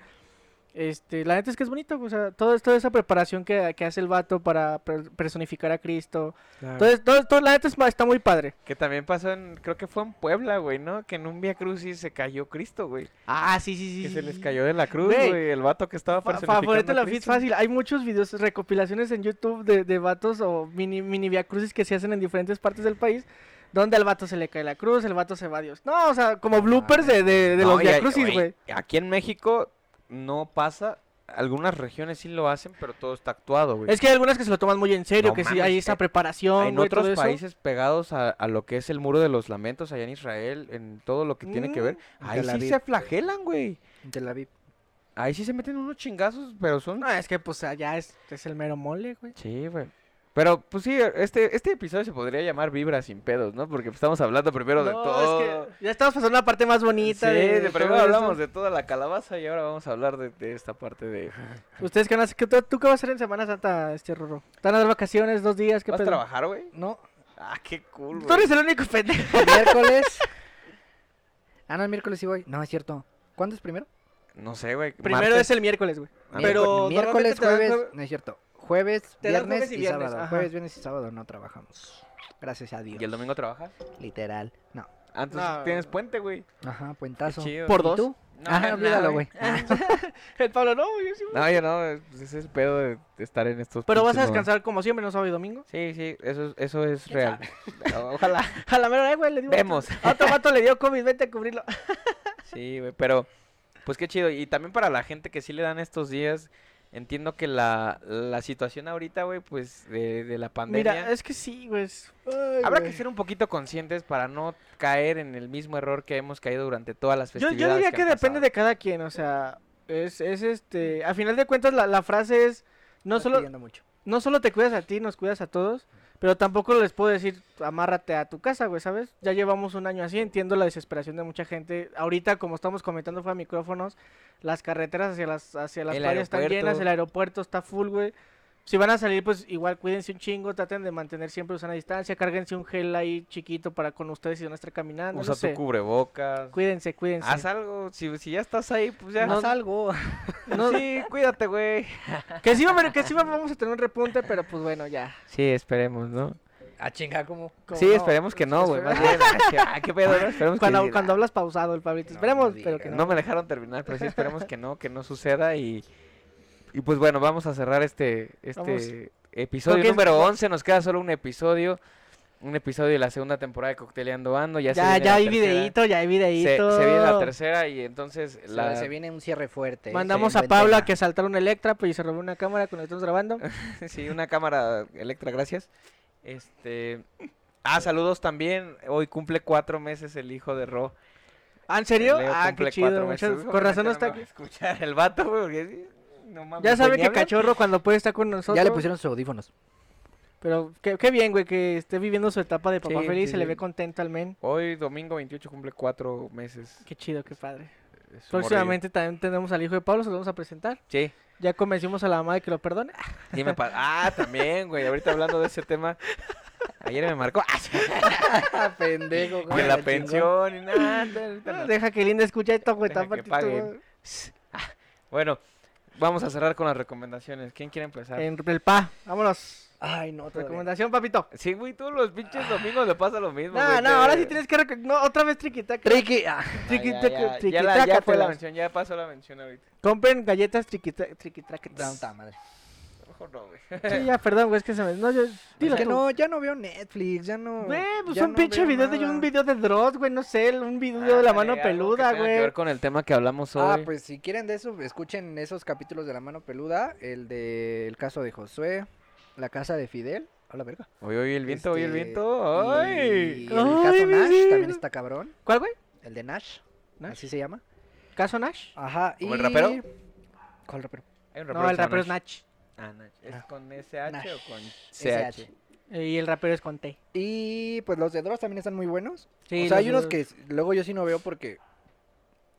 este, la neta es que es bonito, o sea, todo, toda esa preparación que, que hace el vato para per- personificar a Cristo, entonces, todo, todo, la neta es- está muy padre.
Que también pasó en, creo que fue en Puebla, güey, ¿no? Que en un Via Crucis se cayó Cristo, güey.
Ah, sí, sí, sí.
Que
sí,
se les
sí.
cayó de la cruz,
Güey,
güey. El vato que estaba
Fa-
personificando
favorito
a
la fit
Cristo.
fácil. Hay muchos videos, recopilaciones en YouTube de, de vatos o mini, mini via crucis que se hacen en diferentes partes del país. Donde al vato se le cae la cruz, el vato se va a Dios. No, o sea, como bloopers de, de, de
No,
los
y
via
hay-
crucis, güey.
Aquí en México no pasa. Algunas regiones sí lo hacen, pero todo está actuado, güey.
Es que hay algunas que se lo toman muy en serio,
No
que sí
mames,
hay esa
eh,
preparación,
en
güey, todo
otros
eso.
países pegados a, a lo que es el muro de los lamentos allá en Israel, en todo lo que tiene que ver,
Mm,
en
ahí
Tel
sí
Aviv.
se flagelan, güey.
En Tel Aviv.
Ahí sí se meten unos chingazos, pero son
No, es que pues allá es, es el mero mole, güey.
Sí, güey. Pero, pues sí, este, este episodio se podría llamar Vibra sin pedos, ¿no? Porque estamos hablando primero de
No,
todo.
es que ya estamos pasando la parte más bonita
Sí,
de,
de
de
primero
todo eso.
hablamos de toda la calabaza y ahora vamos a hablar de, de esta parte de...
Ah, ¿Ustedes qué van a hacer? ¿Qué- ¿Tú, tú qué vas a hacer en Semana Santa, este Rorro? ¿Están a dar vacaciones dos días? ¿Qué
¿Vas a
pedo?
trabajar, güey?
No,
Ah, qué cool,
Tú
güey.
eres el único
[laughs]
pendejo.
[laughs] miércoles. Ah, no, el miércoles sí voy. No, es cierto. ¿Cuándo es primero?
No sé, güey.
Primero es el miércoles, güey.
Ah,
Pero
miércoles,
normalmente te dan
jueves,
jue-
no es cierto. Jueves,
Te
viernes,
dan jueves y
y,
viernes,
sábado.
ajá.
Jueves, viernes y sábado no trabajamos. Gracias a Dios.
¿Y el domingo trabajas?
Literal. No.
Ah, entonces
No.
tienes puente, güey.
Ajá, puentazo.
Qué chido.
Por
¿Y
dos.
tú?
No,
ah,
no,
olvídalo, güey.
El Pablo, no, güey, yo sí.
No, yo no, eh, pues ese es el pedo de de estar en estos...
Pero vas a
pinches momentos.
descansar como siempre, no sábado y domingo. [laughs]
Sí, sí, eso, es- eso es real. [laughs] Ojalá.
A la mera hora, güey, le digo.
Vemos.
A otro vato le dio COVID, vete a cubrirlo.
Sí, güey, pero pues qué chido. Y también para la gente que sí le dan estos días, entiendo que la, la situación ahorita, güey, pues de, de la pandemia.
Mira, es que sí, güey. es-
Habrá que ser un poquito conscientes para no caer en el mismo error que hemos caído durante todas las
Yo,
festividades.
yo diría que,
que han
depende
pasado.
de cada quien, o sea, es, es este. A final de cuentas, la, la frase es: no
Estás
solo,
pidiendo mucho.
no solo te cuidas a ti, nos cuidas a todos, pero tampoco les puedo decir, amárrate a tu casa, güey, ¿sabes? Ya llevamos un año así, entiendo la desesperación de mucha gente. Ahorita, como estamos comentando fuera de micrófonos, las carreteras hacia las, hacia las
El
playas están
aeropuerto.
llenas, el aeropuerto está full, güey. Si van a salir, pues igual cuídense un chingo, traten de mantener siempre usando distancia, cárguense un gel ahí chiquito para con ustedes si van a estar caminando,
Usa
no sé.
tu Ah, cubrebocas.
Cuídense, cuídense.
Haz algo. Si, si ya estás ahí, pues ya.
Haz
[laughs]
algo.
No-
Sí, cuídate, güey.
[laughs] Que sí, va a haber- que sí va- vamos a tener un repunte, pero pues bueno, ya.
Sí, esperemos, ¿no?
A chingar como.
Como
Sí,
no, pues,
esperemos que no, güey.
espera-
Más bien, [laughs] ah, qué pedo, ¿no? Esperemos
Cuando,
que
cuando hablas pausado, el Pablito,
No,
esperemos,
no
pero que
digas.
no.
No me dejaron terminar, pero sí esperemos que no, que no suceda y, y pues bueno, vamos a cerrar este,
Vamos.
este episodio
Creo que es-
número 11, nos queda solo un episodio, un episodio de la segunda temporada de Cocteleando Ando, ya, se
Ya,
viene
ya
la
hay
tercera,
videíto, ya hay
se,
videíto.
se viene la tercera y entonces
Se-
la...
Se, viene un cierre fuerte. ¿eh?
Mandamos
Se
a
viene un buen
Pablo a
tema.
que saltara una Electra, pues y se robó una cámara con la que estamos grabando.
[laughs] sí, una cámara Electra, gracias. Este... Ah, saludos también, hoy cumple cuatro meses el hijo de Ro.
¿Ah, en serio?
Leo
ah, qué
cumple
chido.
cuatro
muchas-
meses.
Con razón no
Obviamente
está
me
aquí.
va a escuchar el vato, güey, porque sí, no mames,
Ya sabe
güey, ni
que
habla.
cachorro cuando puede estar con nosotros.
Ya le pusieron sus
[laughs]
audífonos.
Pero qué, qué bien, güey, que esté viviendo su etapa de papá
Sí,
feliz.
sí,
se le
sí.
ve contento al men.
Hoy, domingo 28, cumple cuatro meses.
Qué chido, qué padre.
Es un
Próximamente también tenemos al hijo de Pablo, se lo vamos a presentar.
morrillo. Sí,
Ya convencimos a la mamá de que lo perdone.
sí me pa- Ah, también, güey. Ahorita hablando de ese tema. Ayer me marcó. [laughs] Ah, sí,
Pendejo,
que la pensión y nada. ahorita no.
Deja que Linda escuche esto, güey.
Deja
está
que
patito,
paguen.
güey.
Ah, Bueno, vamos a cerrar con las recomendaciones. ¿Quién quiere empezar?
En el pa, vámonos.
[laughs] Ay, no, todavía.
Recomendación, papito.
Sí, güey, todos los pinches domingos le pasa lo mismo.
No,
güey,
no,
te-
ahora sí tienes que. reco- No, otra vez triquitaca.
Triqui. ah, [laughs]
Ah,
triqui-
ya,
triqui-
ya,
triqui-
ya la- ya fue la
trácatelas.
mención, ya pasó la mención ahorita.
Compren galletas triquita- triquitraquetas.
no, ta madre.
Mejor no, güey.
Sí, ya, perdón, güey, es que se me. No, yo. Dilo
Es que
tú.
no, ya no veo Netflix, ya no.
Güey, pues
ya
un
no
pinche
veo
video de yo,
nada.
un video de Dross, güey, no sé, el- un video de la mano
Ándale, Ah, algo que
peluda,
tenga que
güey.
ver con el tema que hablamos hoy.
Ah, pues si quieren de eso, escuchen esos capítulos de La Mano Peluda, el del caso de Josué, la casa de Fidel, a la verga.
Hoy, hoy el viento, hoy el
este,
viento. ¡Ay!
Y el
Ay,
caso
mi
Nash
vida.
también está cabrón,
¿Cuál, güey?
el de Nash,
¿Nash?
así se llama.
¿Caso Nash?
Ajá,
¿Como el
y-
rapero?
¿Cuál rapero?
Hay un
No, el
que se llama
rapero es
Nash.
Nach.
Ah, Nach. ¿Es
Ah.
con SH
Nach.
o con
SH.
CH?
Y el rapero es con T.
Y pues los de Dross también están muy buenos.
Sí,
o sea, hay
los
unos
dos.
que s- luego yo sí no veo porque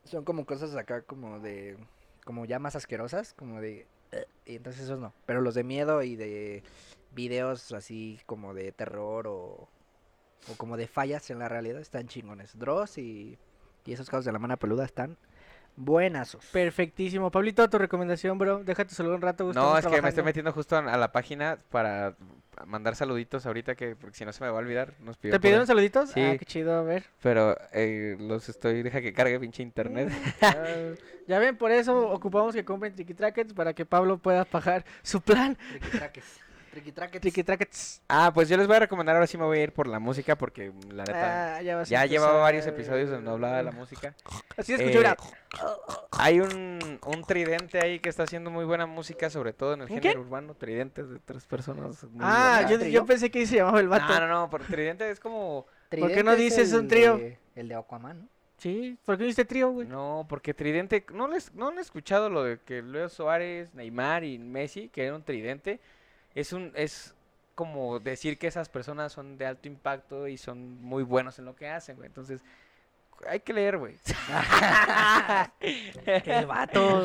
son como cosas acá como de como ya más asquerosas, como de "Ugh", y entonces esos no, pero los de miedo y de videos así como de terror o o como de fallas en la realidad están chingones. Dross y, y esos casos de la mano peluda están buenazos.
Perfectísimo. Pablito, tu recomendación, bro. Déjate solo un rato.
No, es que me estoy
estoy
metiendo justo a la página para mandar saluditos ahorita que porque si no se me va a olvidar. Nos pidió
¿Te
por
pidieron
ahí.
saluditos?
Sí.
Ah, qué chido, a ver.
Pero eh, los estoy, deja que cargue pinche internet.
Ah, [laughs] ya ven, por eso ocupamos que compren Trackets para que Pablo pueda pagar su plan.
Triquitraques. Triquitraques.
Trackets.
[laughs] ah, pues yo les voy a recomendar ahora sí me voy a ir por la música porque la neta
Ah, ya vas a
ya llevaba
empezar.
varios episodios donde hablaba de la música.
Así se escuchó,
Eh,
mira.
Hay un, un tridente ahí que está haciendo muy buena música, sobre todo en el
¿Un qué?
género urbano. Tridentes de tres personas. muy
Ah,
buenas.
yo, yo pensé que ahí se llamaba el vato.
No, no, no, pero tridente es como.
¿Por qué
Tridente
no
es
dices un
el
trío?
de- el de Aquaman, ¿no?
Sí, ¿por qué no hiciste trío, güey?
No, porque tridente. No les, no han escuchado lo de que Luis Suárez, Neymar y Messi, que era un tridente. Es un. Es como decir que esas personas son de alto impacto y son muy buenos en lo que hacen, güey. Entonces. Hay que leer,
[laughs]
güey. [laughs]
El vato.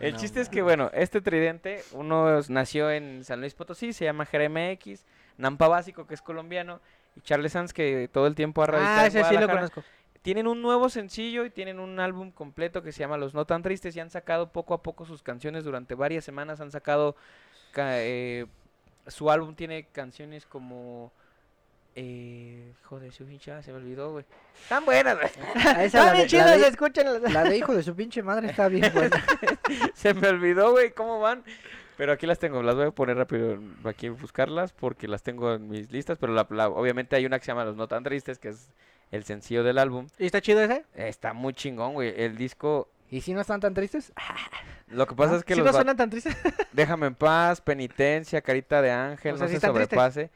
El
No
chiste es que, bueno, este tridente, uno es- nació en San Luis Potosí, se llama Jeremy X, Nampa Básico, que es colombiano, y Charles Sanz, que todo el tiempo ha radicado en
Ah, ese sí lo
Guadalajara.
conozco.
[laughs] Tienen un nuevo sencillo y tienen un álbum completo que se llama Los No Tan Tristes y han sacado poco a poco sus canciones durante varias semanas. Han sacado. ca- eh, su álbum tiene canciones como. Eh, joder, su hincha se me olvidó, güey. Tan buenas, güey.
A esa
Está
la,
Ah, bien
de,
chido,
la, de,
escúchenlo.
la de hijo de su pinche madre está bien buena.
Se me olvidó, güey, cómo van. Pero aquí las tengo, las voy a poner rápido en- aquí en buscarlas porque las tengo en mis listas. Pero la- la- obviamente hay una que se llama Los No Tan Tristes, que es el sencillo del álbum.
¿Y está chido ese?
Está muy chingón, güey. El disco.
[laughs] ¿Y si no están tan tristes?
Lo que pasa es que
¿Sí
los
no
Ah, va-
suenan tan tristes?
Déjame en paz, penitencia, carita de ángel,
O sea,
no
sí
se
están tristes.
sobrepase.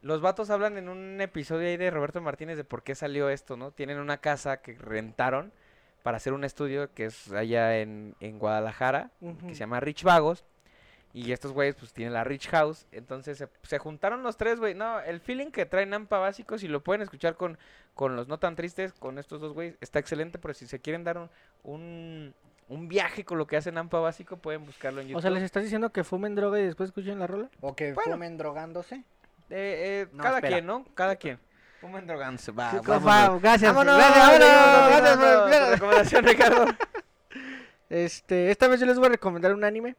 Los vatos hablan en un episodio ahí de Roberto Martínez de por qué salió esto, ¿no? Tienen una casa que rentaron para hacer un estudio que es allá en, en Guadalajara, que
Ujú.
se llama Rich Vagos. Y estos güeyes pues tienen la Rich House. Entonces se, se juntaron los tres, güey. No, el feeling que traen Ampa básico, si lo pueden escuchar con, con los no tan tristes, con estos dos güeyes, está excelente. Pero si se quieren dar un, un, un viaje con lo que hacen Ampa básico, pueden buscarlo en YouTube.
O sea, ¿les estás diciendo que fumen droga y después escuchen la rola?
¿O que
Bueno.
fumen drogándose?
Eh, eh,
No,
cada
espera.
quien, ¿no? Cada quien. Fumen drogándose. Va,
Sí,
Ah, vámonos.
wow, gracias.
Vámonos,
gracias,
vámonos,
vámonos, gracias,
vámonos.
gracias.
Recomendación, Ricardo.
Este, esta vez yo les voy a recomendar un anime.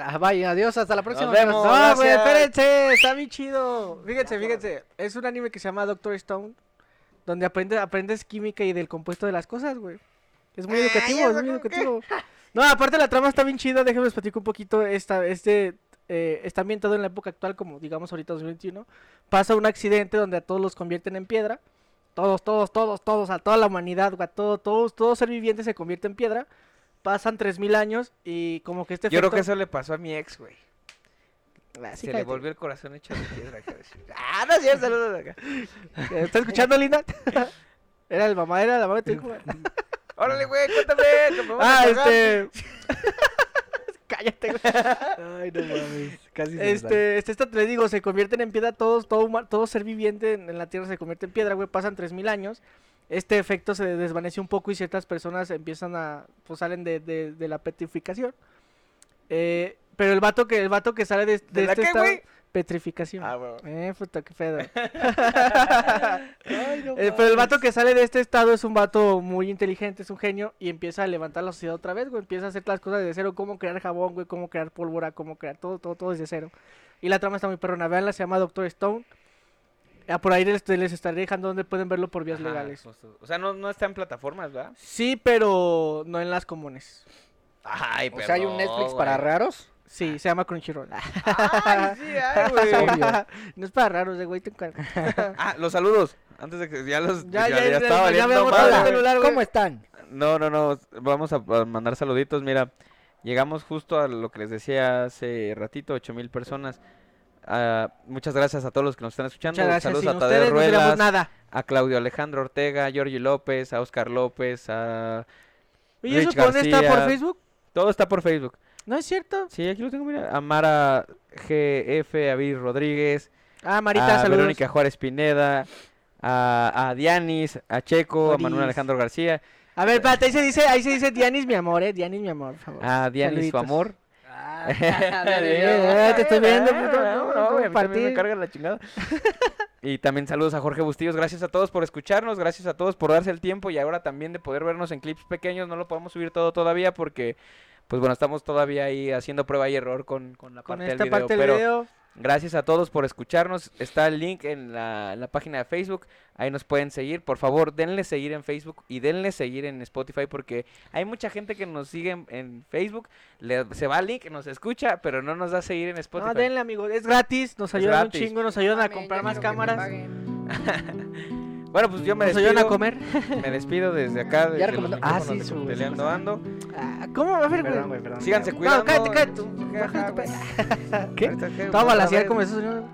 Ah, vaya, adiós, hasta la próxima.
vemos.
amigos.
No,
No, güey,
gracias.
espérense, está bien chido. Fíjense, fíjense, es un anime que se llama Doctor Stone, donde aprende, aprendes química y del compuesto de las cosas, güey. Es
Ah,
muy educativo, es muy educativo. No, aparte la trama está bien chida, déjenme les platico un poquito. Esta, este, eh, está ambientado en la época actual, como digamos ahorita 2021. Pasa un accidente donde a todos los convierten en piedra. Todos, todos, todos, todos, a toda la humanidad, güey, a todo, todos, todo ser viviente se convierte en piedra. Pasan 3000 años y como que este
Yo creo
efecto-
que eso le pasó a mi ex, güey.
Ah, sí,
Se le
cállate.
volvió el corazón hecho de piedra. cabrón.
[laughs]
ah, no es cierto, saludos acá.
¿Está escuchando, Linda? [laughs] Era el mamá, era la mamá de tu hijo.
Ah, Órale, güey, cuéntame. nos vamos a
Ah,
cagar.
este. Cállate, güey. Ay, no mames.
Casi se me sale.
Este, este, esta- te digo, se convierten en piedra todos, todo, huma- todo ser viviente en, en la Tierra se convierte en piedra, güey, pasan 3000 años. Este efecto se desvanece un poco y ciertas personas empiezan a, pues salen de, de- de la petrificación. Eh, pero el vato que, el vato que sale de, de
¿De la
este
qué,
estado-
güey?
petrificación.
Ah, bueno.
Eh, puta, qué
[laughs]
pedo. [laughs] Eh, pero el vato que sale de este estado es un vato muy inteligente, es un genio y empieza a levantar la sociedad otra vez, güey. Empieza a hacer las cosas desde cero, cómo crear jabón, güey, cómo crear pólvora, cómo crear todo, todo, todo desde cero. Y la trama está muy perrona. Veanla, se llama Doctor Stone. Ah, por ahí les, les estaré dejando donde pueden verlo por vías
Ajá,
legales.
justo. O sea, no, no está en plataformas, ¿verdad?
Sí, pero no en las comunes.
Ay,
O sea, hay un Netflix para raros.
Sí, se llama Crunchyroll. [laughs]
Ay, sí, ay, güey.
no es para raros, de güey. te encargo.
[laughs] Ah, los saludos. Antes de que ya los.
Ya, ya, ya,
estaba valiendo
ya habíamos
madre,
hablado.
güey.
celular, güey.
¿Cómo están?
No, no, no. Vamos a, a mandar saluditos. Mira, llegamos justo a lo que les decía hace ratito, ocho mil personas. Ah, muchas gracias a todos los que nos están escuchando.
Muchas gracias.
Saludos
Sin
a Tadeo
ustedes no
Ruelas,
tenemos nada.
a Claudio Alejandro Ortega, a Giorgi López, a Oscar López, a...
¿Y
Rich
eso por dónde está por
García.
Facebook?
Todo está por Facebook.
¿No es cierto?
Sí, aquí lo tengo, mira. A Mara GF, a Vir Rodríguez,
Ah, Marita,
a
saludos.
Verónica Juárez Pineda, a, a Dianis, a Checo, a Manuel
Dianis.
Alejandro García,
A ver, espérate, ahí se dice, ahí se dice Dianis, mi amor, eh, Dianis, mi amor, por favor.
a Dianis su
Saluditos.
amor.
Ah, [laughs]
Eh, [laughs]
eh, te estoy viendo, puto, no,
no,
no,
güey, a mí también me
compartir.
carga la chingada. [laughs] Y también saludos a Jorge Bustillos. Gracias a todos por escucharnos, gracias a todos por darse el tiempo y ahora también de poder vernos en clips pequeños. No lo podemos subir todo todavía porque, pues bueno, estamos todavía ahí haciendo prueba y error con, con la
Con
parte del
esta
video.
parte del
pero
video.
gracias a todos por escucharnos. Está el link en la, en la página de Facebook. Ahí nos pueden seguir. Por favor, denle seguir en Facebook y denle seguir en Spotify porque hay mucha gente que nos sigue en, en Facebook. le- se va al link, nos escucha, pero no nos da seguir en Spotify.
No, denle, amigos. Es gratis. Nos
Es
ayudan
gratis.
un chingo. Nos ayudan a
Mames,
comprar
ya
más
quiero que me
cámaras.
paguen.
Bueno, pues yo me
Nos ayudan a
despido.
comer.
Me despido desde acá. Desde los
recomendó-
micrófonos
Ah, sí,
de
su-
Cocteleando
su-
Ando.
Ah, ¿Cómo? A ver,
Perdón,
güey.
güey, perdón.
Síganse
ya,
cuidando.
cállate, cállate, tú,
Jaja, güey.
¿Qué?
Ahorita, ¿qué?
Todo balasear
Otra
como
vez.
eso. señor.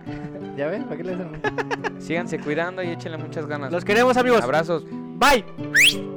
¿Ya ven? ¿Para qué le hacen?
Síganse cuidando y échenle muchas ganas.
Los queremos, amigos.
Abrazos.
Bye.